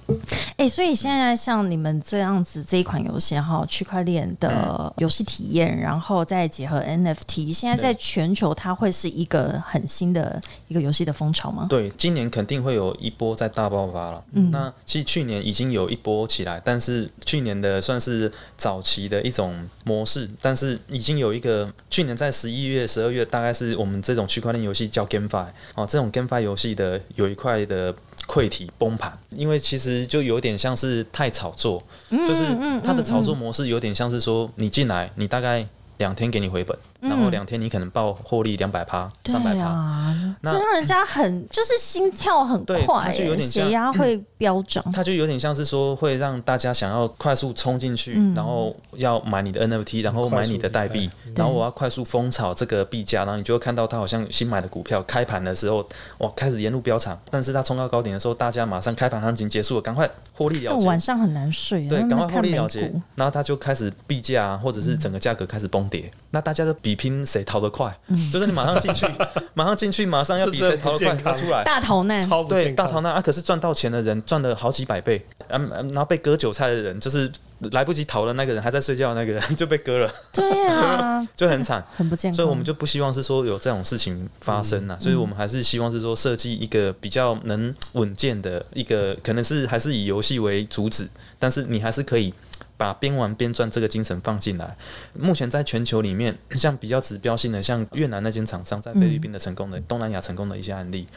Speaker 1: 哎、所以现在像你们这样子这一款游戏哈，区块链
Speaker 3: 嗯
Speaker 1: 的游戏体验，然后再结合 NFT，现在在全球它会是一个很新的一个游戏的风潮吗？
Speaker 3: 对，今年肯定会有一波在大爆发了。嗯，那其实去年已经有一波起来，但是去年的算是早期的一种模式，但是已经有一个去年在十一月、十二月，大概是我们这种区块链游戏叫 GameFi 哦，这种 GameFi 游戏的有一块的溃体崩盘，因为其实就有点像是太炒作，
Speaker 1: 嗯
Speaker 3: 就是它的炒作模式有点像是说你进来，你大概两天给你回本，然后两天你可能报获利两百趴、三百
Speaker 1: 嗯对
Speaker 3: 趴。
Speaker 1: 啊，这
Speaker 3: 那
Speaker 1: 让人家很就是心跳很
Speaker 3: 对
Speaker 1: 快、
Speaker 3: 它就有
Speaker 1: 欸，
Speaker 3: 点像嗯
Speaker 1: 血压会飙涨。
Speaker 3: 它就有点像是说会让大家想要快速冲进去，
Speaker 1: 嗯
Speaker 3: 然后要买你的
Speaker 2: 嗯
Speaker 3: NFT，然后买你的代币，然后我要快速疯炒这个币价，然后你就会看到它好像新买的股票开盘的时候，哇，开始沿路飙涨，但是它冲到高点的时候，大家马上开盘行情结束了，赶快获利
Speaker 1: 那
Speaker 3: 了
Speaker 1: 我哦晚
Speaker 3: 结。
Speaker 1: 上很难睡啊，
Speaker 3: 对，赶
Speaker 1: 那
Speaker 3: 快
Speaker 1: 看
Speaker 3: 获利
Speaker 1: 美
Speaker 3: 了结
Speaker 1: 股，
Speaker 3: 然后它就开始币价啊，或者是整个价格开始崩跌，那大家都比拼谁逃得快，
Speaker 1: 嗯
Speaker 3: 就是你马上 进去，马上进去，马上要比
Speaker 2: 这
Speaker 3: 谁
Speaker 2: 真的
Speaker 3: 逃
Speaker 2: 不
Speaker 3: 得快
Speaker 2: 健
Speaker 3: 要
Speaker 2: 康
Speaker 3: 出来，
Speaker 1: 大头 呢？
Speaker 2: 超不
Speaker 3: 对，
Speaker 2: 健
Speaker 3: 大
Speaker 2: 康
Speaker 3: 逃难啊！可是赚到钱的人赚了好几百倍，嗯、嗯然后被割韭菜的人，就是来不及逃的那个人，还在睡觉的那个人 就被割了，
Speaker 1: 对啊，
Speaker 3: 就很惨。
Speaker 1: 很不健康。嗯
Speaker 3: 所以我们就不希望是说有这种事情发生啊，所以我们还是希望是说设计一个比较能稳健的一个，可能是还是以游戏为主旨，但是你还是可以把边玩边赚这个精神放进来。目前在全球里面，像比较指标性的，像越南那间厂商在菲律宾的成功的、东南亚成功的一些案例，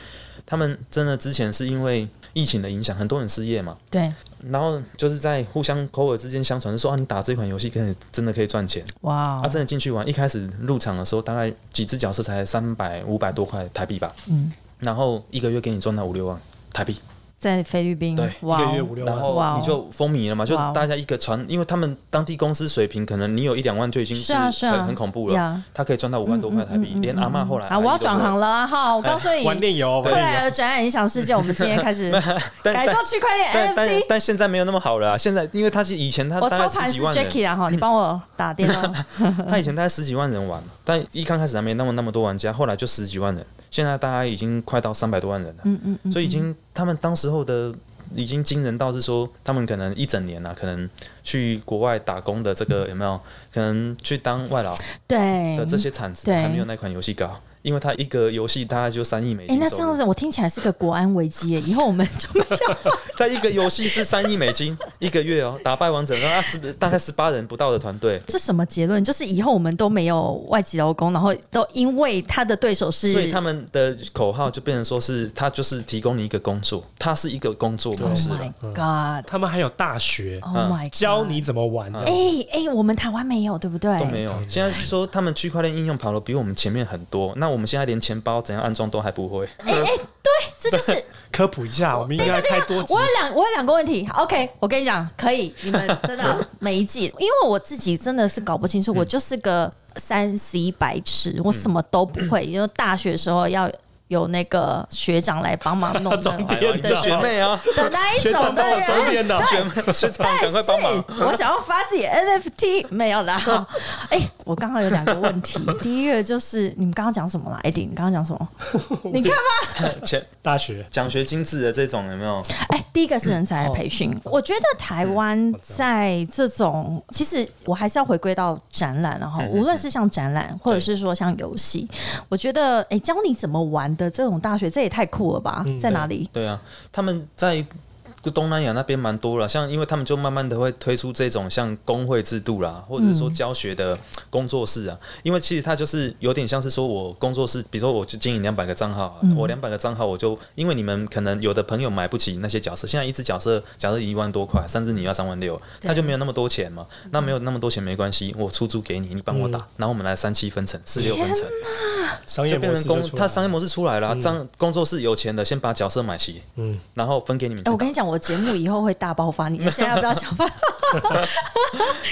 Speaker 3: 他们真的之前是因为疫情的影响，很多人失业嘛，
Speaker 1: 对，
Speaker 3: 然后就是在互相口耳之间相传说啊，你打这款游戏可以真的可以赚钱。
Speaker 1: 哇哦
Speaker 3: 啊，，真的进去玩，一开始入场的时候，大概几只角色才三百五百多块台币吧，
Speaker 1: 嗯，
Speaker 3: 然后一个月给你赚到五六万台币，
Speaker 1: 在菲律宾，
Speaker 2: 对，
Speaker 1: 哇
Speaker 2: 一个月五六
Speaker 3: 然
Speaker 2: 万，
Speaker 1: 哇哦
Speaker 3: 后你就风靡了嘛，就
Speaker 1: 哇哦
Speaker 3: 大家一个传，因为他们当地公司水平，可能你有一两万就已经
Speaker 1: 是
Speaker 3: 是
Speaker 1: 啊
Speaker 3: 很
Speaker 1: 是啊
Speaker 3: 很恐怖了
Speaker 1: 呀，
Speaker 3: 他可以赚到五万多块台币，连阿嬷后来
Speaker 1: 啊，我要转行了
Speaker 3: 了，
Speaker 1: 啊哈！我告诉 你，
Speaker 2: 玩
Speaker 1: 未
Speaker 2: 电游，啊玩电
Speaker 1: 来的展览影响世界，我们今天开始
Speaker 3: 但
Speaker 1: 改
Speaker 3: 但
Speaker 1: 造区块链
Speaker 3: 但但
Speaker 1: NFT。
Speaker 3: 但现在没有那么好了啊，现在因为他是以前他
Speaker 1: 我
Speaker 3: 大概
Speaker 1: 操盘
Speaker 3: 十
Speaker 1: 是
Speaker 3: 几万人，
Speaker 1: Jacky 啊哈，你帮我打电 话。
Speaker 3: 他
Speaker 1: 嗯
Speaker 3: 以前大概十几万人玩，但一刚开始还没那么那么多玩家，后来就十几万人，现在大概已经快到三百多万人了。嗯嗯所以已经他们当时候的已经惊人到是说，他们可能一整年啊，可能去国外打工的这个有没有？可能去当外劳
Speaker 1: 对
Speaker 3: 的，这些产值
Speaker 1: 哎对
Speaker 3: 还没有那款游戏高，因为它一个游戏大概就三亿美
Speaker 1: 哎，
Speaker 3: 金
Speaker 1: 那这
Speaker 3: 收
Speaker 1: 样
Speaker 3: 入，
Speaker 1: 子我听起来是个国安危机耶，以 后我们就没有。。
Speaker 3: 它一个游戏是三亿美金一个月哦，打败王者，那十大概十八人不到的团队
Speaker 1: 这什么结论？就是以后我们都没有外籍劳工，然后都因为他的对手是
Speaker 3: 所以他们的口号就变成说是，它就是提供你一个工作，它是一啊嗯个工作模
Speaker 1: Oh
Speaker 3: 式了。
Speaker 1: my God，Oh
Speaker 2: 他们还有大学
Speaker 1: Oh my God，
Speaker 2: 教你怎么玩，
Speaker 1: 哎哎，我们台湾没有，对不对？
Speaker 3: 都没有。现在是说他们区块链应用跑的比我们前面很多，那我们现在连钱包怎样安装都还不会。
Speaker 1: 这 就是
Speaker 2: 科普一下，我们应该开多集
Speaker 1: 我有两，我有两个问题。好 OK，我跟你讲，可以，你们真的每一季，因为我自己真的是搞不清楚，我就是个三 C 白痴，
Speaker 3: 嗯
Speaker 1: 我什么都不会。因为大学的时候要有那个学长来帮忙弄
Speaker 2: 装
Speaker 1: 的
Speaker 2: 电
Speaker 3: 哎呦，你
Speaker 1: 对
Speaker 3: 的学妹啊，
Speaker 1: 的那一
Speaker 2: 学
Speaker 1: 种
Speaker 2: 长帮
Speaker 1: 的
Speaker 2: 我装
Speaker 1: 人。
Speaker 2: 电脑，
Speaker 3: 学妹学长
Speaker 1: 但
Speaker 3: 赶快
Speaker 1: 是
Speaker 3: 帮忙。
Speaker 1: 我想要发自己 NFT 没有啦。 哎、我刚好有两个问题，第一个就是你们刚刚讲什么啦？艾迪，你刚刚讲什么？你看吧，
Speaker 3: 钱
Speaker 2: 大学
Speaker 3: 奖学金制的这种有没有？
Speaker 1: 哎、第一个是人才的培训，我觉得台湾在这种，其实我还是要回归到展览，然后无论是像展览，或者是说像游戏，我觉得哎、教你怎么玩的这种大学，这也太酷了吧？在哪里？
Speaker 3: 对啊，他们在。东南亚那边蛮多了，像因为他们就慢慢的会推出这种像工会制度啦，或者说教学的工作室啊，因为其实它就是有点像是说我工作室，比如说我去经营两百个账号啊，我两百个账号我就因为你们可能有的朋友买不起那些角色，现在一只角色假设一万多块，甚至你要三万六，他就没有那么多钱嘛，那没有那么多钱没关系，我出租给你，你帮我打，然后我们来三七分成，四六分成，
Speaker 2: 商业
Speaker 3: 就变
Speaker 2: 模
Speaker 3: 成
Speaker 2: 式就
Speaker 3: 工
Speaker 2: 出，来
Speaker 3: 他
Speaker 2: 了嗯
Speaker 3: 商业模式出来了啊，这样工作室有钱的先把角色买齐，嗯，然后分给你们
Speaker 1: 哎、
Speaker 3: 去打，
Speaker 1: 我跟你讲，我节目以后会大爆发，你们现在要不要想办法？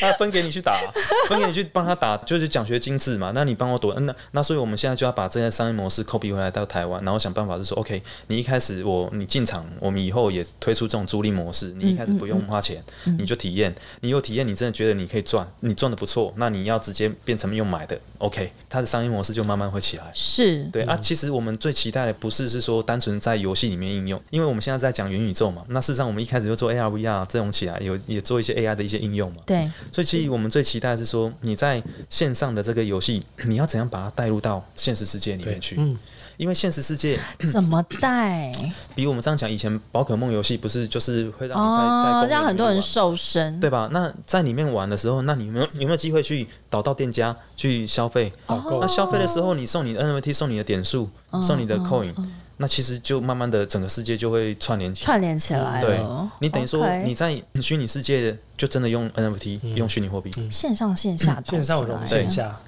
Speaker 3: 他分给你去打 啊，分给你去帮他打，就是奖学金制嘛。那你帮我躲，嗯那那所以我们现在就要把这些商业模式 copy 回来到台湾，然后想办法是说，OK，你一开始我你进场，我们以后也推出这种租赁模
Speaker 1: 嗯
Speaker 3: 式，你一开始不用花钱，你就体验，你有体验，你真的觉得你可以赚，你赚的不错，那你要直接变成用买的，OK，它的商业模式就慢慢会起来。
Speaker 1: 是，
Speaker 3: 对啊，其实我们最期待的不是是说单纯在游戏里面应用，因为我们现在在讲元宇宙嘛。那事实上我们一开始就做 AR、VR 这种起来，有也做一些 AI 的一些应用嘛。
Speaker 1: 对，
Speaker 3: 所以其实我们最期待的是说，你在线上的这个游戏，你要怎样把它带入到现实世界里面去？
Speaker 1: 嗯
Speaker 3: 因为现实世界
Speaker 1: 怎么带？
Speaker 3: 比我们这样讲，以前宝可梦游戏不是就是会让你在、在公
Speaker 1: 哦
Speaker 3: 园，里
Speaker 1: 让很多人
Speaker 3: 面玩
Speaker 1: 瘦身，
Speaker 3: 对吧？那在里面玩的时候，那你有没有有没有机会去导到店家去消费？
Speaker 1: 哦
Speaker 3: 哦
Speaker 2: 导购
Speaker 3: 那消费的时候，你送你的 NFT，送你的点数，送你
Speaker 1: 哦
Speaker 3: 的 coin，、那其实就慢慢的整个世界就会串联起来。
Speaker 1: 串联起来
Speaker 3: 对
Speaker 1: 了。
Speaker 3: 你等于说
Speaker 1: OK
Speaker 3: 你在虚拟世界就真的用 NFT，、用虚拟货币。
Speaker 1: 线上线
Speaker 3: 嗯
Speaker 1: 下啊
Speaker 2: 线上融
Speaker 1: 动起来
Speaker 2: 线下，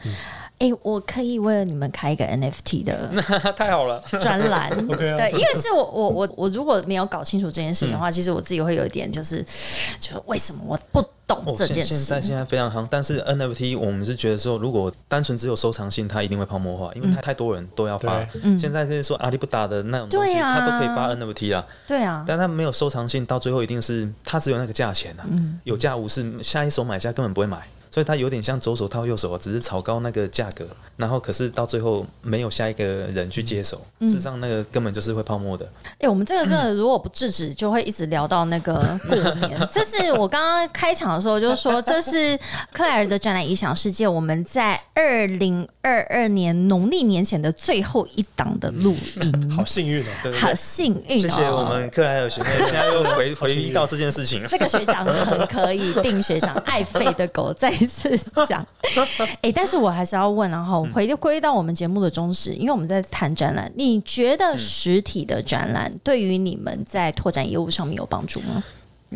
Speaker 1: 哎、我可以为了你们开一个 NFT 的
Speaker 3: 太好了，
Speaker 1: 专 栏
Speaker 2: OK 啊
Speaker 1: 对，因为是我我我我如果没有搞清楚这件事情的
Speaker 3: 嗯
Speaker 1: 话，其实我自己会有一点就是，就为什么我不懂
Speaker 3: 哦，
Speaker 1: 这
Speaker 3: 现
Speaker 1: 件
Speaker 3: 现
Speaker 1: 事？
Speaker 3: 在现在非常夯，但是 NFT 我们是觉得说，如果单纯只有收藏性，它一定会泡沫化，因为太太多人都要发
Speaker 2: 对。
Speaker 3: 现在就是说阿里不达的那种东西，
Speaker 1: 嗯对啊
Speaker 3: 它都可以发 NFT 啦，
Speaker 1: 对啊，
Speaker 3: 但它没有收藏性，到最后一定是它只有那个价钱啊，有价无市，下一手买家根本不会买。所以它有点像左手套右手啊，只是炒高那个价格，然后可是到最后没有下一个人去接手，事实上那个根本就是会泡沫的。
Speaker 1: 哎、我们这个真
Speaker 3: 嗯
Speaker 1: 的如果不制止，就会一直聊到那个过 年。这是我刚刚开场的时候就说，这是克莱尔的展览《影响世界》，我们在二零二二年农历年前的最后一档的录 音，
Speaker 2: 好幸运哦，
Speaker 3: 对对
Speaker 1: 好
Speaker 3: 对，
Speaker 1: 幸运、哦！
Speaker 3: 谢谢我们克莱尔学妹，现在又回回忆到这件事情。
Speaker 1: 这个学长很可以，定学长爱废的狗再一次 讲。哎、但是我还是要问啊，然后
Speaker 3: 嗯
Speaker 1: 回归到我们节目的宗旨，因为我们在谈展览，你
Speaker 3: 嗯
Speaker 1: 觉得实体的展览对于你们在拓展业务上面有帮助吗？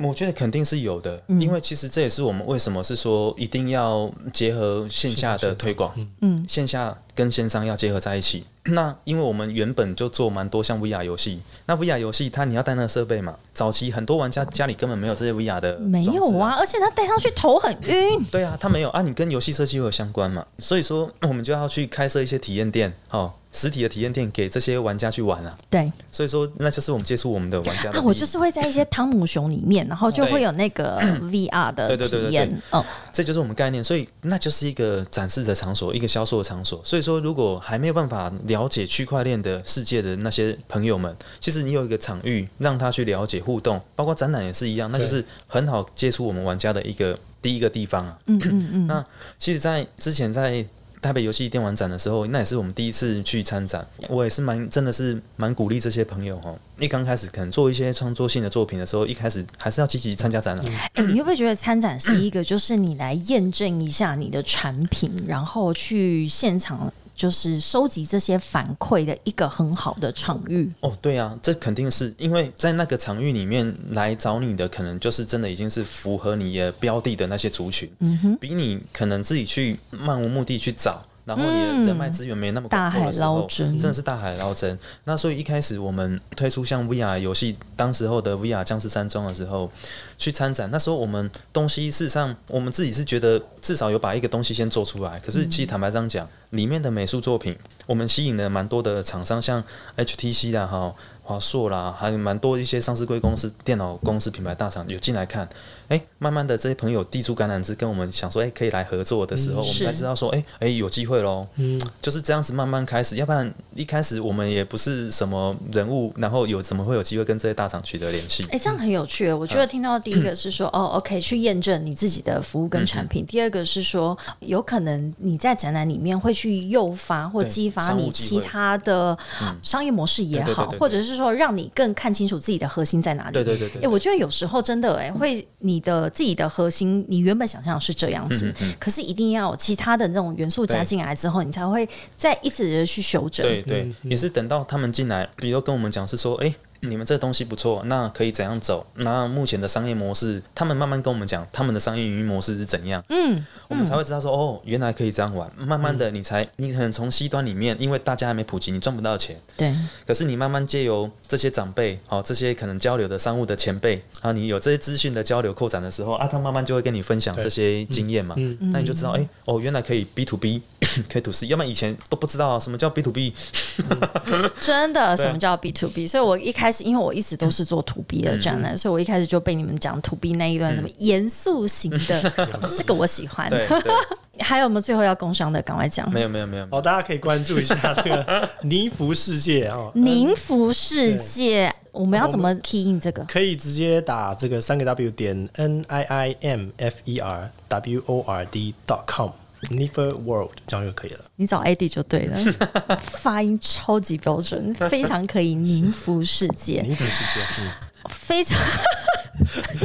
Speaker 3: 我觉得肯定是有的，
Speaker 1: 嗯
Speaker 3: 因为其实这也是我们为什么是说一定要结合线下的推广，嗯，线下跟线上要结合在一起。那因为我们原本就做蛮多像 VR 游戏，那 VR 游戏它你要带那个设备嘛，早期很多玩家家里根本没有这些 VR 的、
Speaker 1: 没有啊，，而且他戴上去头很晕。
Speaker 3: 对啊，它没有啊，你跟游戏设计会有相关嘛，所以说我们就要去开设一些体验店，哦，实体的体验店给这些玩家去玩啊，
Speaker 1: 对
Speaker 3: 所以说那就是我们接触我们的玩家的
Speaker 1: 啊，
Speaker 3: 第一
Speaker 1: 我就是会在一些汤姆熊里面，然后就会有那 个 VR 的
Speaker 3: 对对对对
Speaker 1: 体
Speaker 3: 对
Speaker 1: 验。哦，
Speaker 3: 这就是我们概念，所以那就是一个展示的场所，一个销售的场所。所以说，如果还没有办法了解区块链的世界的那些朋友们，其实你有一个场域让他去了解互动，包括展览也是一样，那就是很好接触我们玩家的一个第一个地方啊。嗯嗯嗯。那其实，在之前在台北游戏电玩展的时候，那也是我们第一次去参展，我也是蛮真的是蛮鼓励这些朋友哦。一刚开始可能做一些创作性的作品的时候，一开始还是要积极参加展览。
Speaker 1: 哎、你会不会觉得参展是一个，就是你来验证一下你的产品，然后去现场就是收集这些反馈的一个很好的场域？
Speaker 3: 哦，对啊，这肯定是因为在那个场域里面来找你的，可能就是真的已经是符合你的标的的那些族群，嗯哼，比你可能自己去漫无目的去找。然后你的人脉资源没那
Speaker 1: 嗯
Speaker 3: 么
Speaker 1: 大
Speaker 3: 广阔
Speaker 1: 海
Speaker 3: 的时候
Speaker 1: 捞针
Speaker 3: 真的是大海捞针。那所以一开始我们推出像 VR 游戏，当时候的 VR 僵尸山庄的时候，去参展，那时候我们东西事实上我们自己是觉得至少有把一个东西先做出来，可是其实坦白这样讲，里面的美术作品，我们吸引了蛮多的厂商，像 HTC 啦、哈华硕啦，还有蛮多一些上市贵公司、电脑公司、品牌大厂有进来看。哎、慢慢的这些朋友递出橄榄枝，跟我们想说，哎、可以来合作的时候，我们
Speaker 1: 是
Speaker 3: 才知道说，哎、哎、有机会喽。嗯，就是这样子慢慢开始，要不然一开始我们也不是什么人物，然后有怎么会有机会跟这些大厂取得联系
Speaker 1: 哎、？这样很有趣哦。我
Speaker 3: 嗯
Speaker 1: 觉得听到第一个是说，哦，OK，去验证你自己的服务
Speaker 3: 嗯
Speaker 1: 跟产品；第二个是说，有可能你在展览里面会去诱发或
Speaker 3: 对
Speaker 1: 激发
Speaker 3: 商务
Speaker 1: 你
Speaker 3: 机
Speaker 1: 其
Speaker 3: 会嗯
Speaker 1: 他的商业模式也
Speaker 3: 对对对
Speaker 1: 好，
Speaker 3: 对对
Speaker 1: 或者是说让你更看清楚自己的核心在哪里。
Speaker 3: 对对对对
Speaker 1: 哎、
Speaker 3: 对
Speaker 1: 我觉得有时候真的哎、会你的自己的核心，你原本想象的是这样子，
Speaker 3: 嗯
Speaker 1: 可是一定要有其他的那种元素加
Speaker 3: 对
Speaker 1: 进来之后，你才会再一直的去修正。
Speaker 3: 对对，
Speaker 1: 嗯
Speaker 3: 也是等到他们进来，比如跟我们讲是说，哎、你们这东西不错，那可以怎样走？那目前的商业模式，他们慢慢跟我们讲他们的商业运营模式是怎样，
Speaker 1: 嗯，
Speaker 3: 我们才会知道说，哦，原来可以这样玩。慢慢的，你才你可能从 C 端里面，因为大家还没普及，你赚不到钱，
Speaker 1: 对。
Speaker 3: 可是你慢慢借由这些长辈，哦，这些可能交流的商务的前辈，啊，你有这些资讯的交流扩展的时候，啊，他慢慢就会跟你分享这些经验
Speaker 1: 嗯
Speaker 3: 嘛，那你就知道，哎、哦，原来可以 B to B，可以 to C，要不然以前都不知道、啊、什么叫 B to B，
Speaker 1: 真的，什么叫 B to B？所以我一开始，因为我一直都是做 to B 的展
Speaker 3: 嗯
Speaker 1: 览，所以我一开始就被你们讲 to B 那一段什么严肃型的，这个我喜欢。
Speaker 3: 嗯对对。
Speaker 1: 还有没有最后要工商的？赶快讲。
Speaker 3: 没有没有没有，
Speaker 1: 哦
Speaker 2: 好，大家可以关注一下这个泥服世界哦。
Speaker 1: 宁福世界，我们要怎么 key in 这个？
Speaker 2: 可以直接打这个三个 W 点 N I I M F E R W O R D dot com Nifer World 这样就可以了。
Speaker 1: 你找 AD 就对 了，发音超级标准，非常可以。宁福世界，
Speaker 2: 泥服世界，嗯，
Speaker 1: 非常。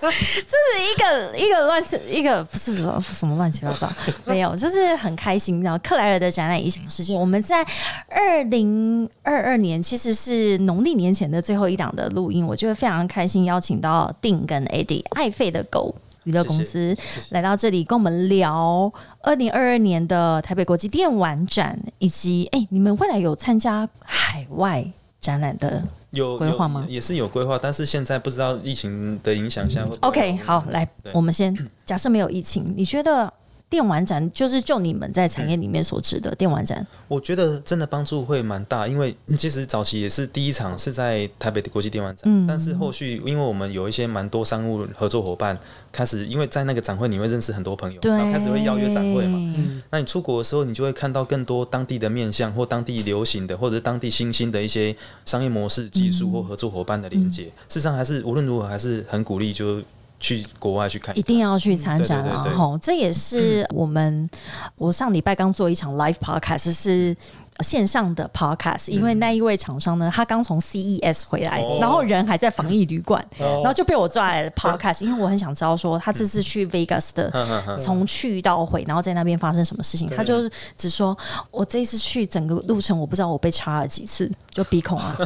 Speaker 1: 这是一个，这是一个一个乱七一个不是什么乱七八糟，没有，就是很开心。然后克莱尔的展览影响世界，我们在二零二二年其实是农历年前的最后一档的录音，我觉得非常开心，邀请到定跟 AD 爱费的狗娱乐公司来到这里，跟我们聊二零二二年的台北国际电玩展，以及哎、你们未来有参加海外展览的
Speaker 3: 有
Speaker 1: 规划
Speaker 3: 有
Speaker 1: 吗
Speaker 3: 也是有规划，但是现在不知道疫情的影响下会不会
Speaker 1: 嗯 OK，好，来
Speaker 3: 嗯对，
Speaker 1: 我们先假设没有疫情，你觉得电玩展就是就你们在产业里面所知的电玩展，
Speaker 3: 我觉得真的帮助会蛮大，因为其实早期也是第一场是在台北的国际电玩展，
Speaker 1: 嗯
Speaker 3: 但是后续因为我们有一些蛮多商务合作伙伴开始，因为在那个展会你会认识很多朋友，
Speaker 1: 对，
Speaker 3: 然后开始会邀约展会嘛，
Speaker 1: 嘛，
Speaker 3: 那你出国的时候，你就会看到更多当地的面向，或当地流行的，或者是当地新兴的一些商业模式、技术或合作伙伴的连
Speaker 1: 嗯
Speaker 3: 接。事实上，还是无论如何还是很鼓励，就去国外去看
Speaker 1: 一定要去参展
Speaker 3: 嗯
Speaker 1: 啊
Speaker 3: 对对嗯
Speaker 1: 啦
Speaker 3: 对对
Speaker 1: 吼！这也是我们我上礼拜刚做一场 live podcast，是线上的 podcast，因
Speaker 3: 嗯
Speaker 1: 为那一位厂商呢，他刚从 CES 回来，
Speaker 3: 哦
Speaker 1: 然后人还在防疫旅馆，然后就被我抓来了 podcast，因为我很想知道说他这次
Speaker 3: 嗯
Speaker 1: 去 Vegas 的从去到回，然后在那边发生什么事情。他就只说我这一次去整个路程，我不知道我被插了几次，就鼻孔啊，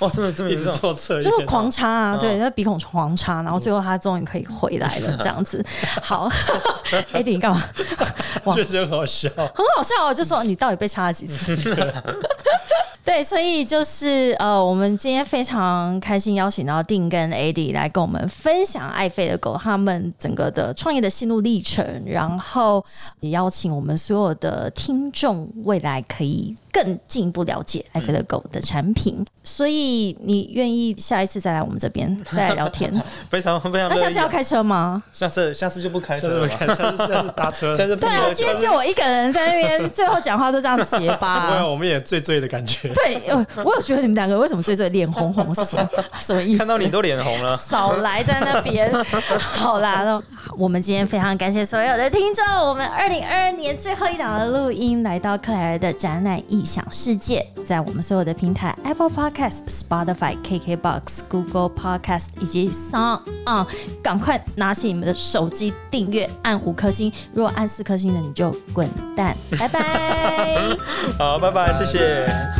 Speaker 3: 哇，这么这么
Speaker 2: 一
Speaker 3: 严
Speaker 2: 直
Speaker 3: 重，
Speaker 2: 做测验，
Speaker 1: 就是狂插啊，对，他鼻孔狂插，然后最后他终于可以回来了，这样子。好 a d 你干嘛？哇
Speaker 2: 这真好笑。
Speaker 1: 很好笑哦，就说你到底被插了几次？对，所以就是呃，我们今天非常开心邀请到定跟 AD 来跟我们分享爱妃的狗他们整个的创业的心路历程，然后也邀请我们所有的听众未来可以更进一步了解爱妃的狗的产品。所以你愿意下一次再来我们这边再来聊天？
Speaker 3: 非常非常
Speaker 1: 那
Speaker 3: 乐意啊。
Speaker 1: 下次要开车吗？
Speaker 3: 下次下次就不开车
Speaker 2: 下次我
Speaker 3: 了吧，
Speaker 2: 看，下次下次搭 车，
Speaker 3: 下次不
Speaker 1: 对啊
Speaker 3: 开，车
Speaker 1: 今天只有我一个人在那边，最后讲话都这样结巴、
Speaker 2: 没有，我们也醉醉的感觉。
Speaker 1: 对，呃我有觉得你们两个为什么最最脸红红是什 么什么意思？
Speaker 3: 看到你都脸红了。
Speaker 1: 少来在那 边，好啦，那我们今天非常感谢所有的听众，我们二零二二年最后一档的录音来到克莱尔的展览异想世界，在我们所有的平台 Apple Podcast、Spotify、KKBox、Google Podcast 以及 Sound On，赶快拿起你们的手机订阅，按五颗星，如 果按四颗星的你就滚蛋，拜拜。
Speaker 3: 好，拜拜，谢谢。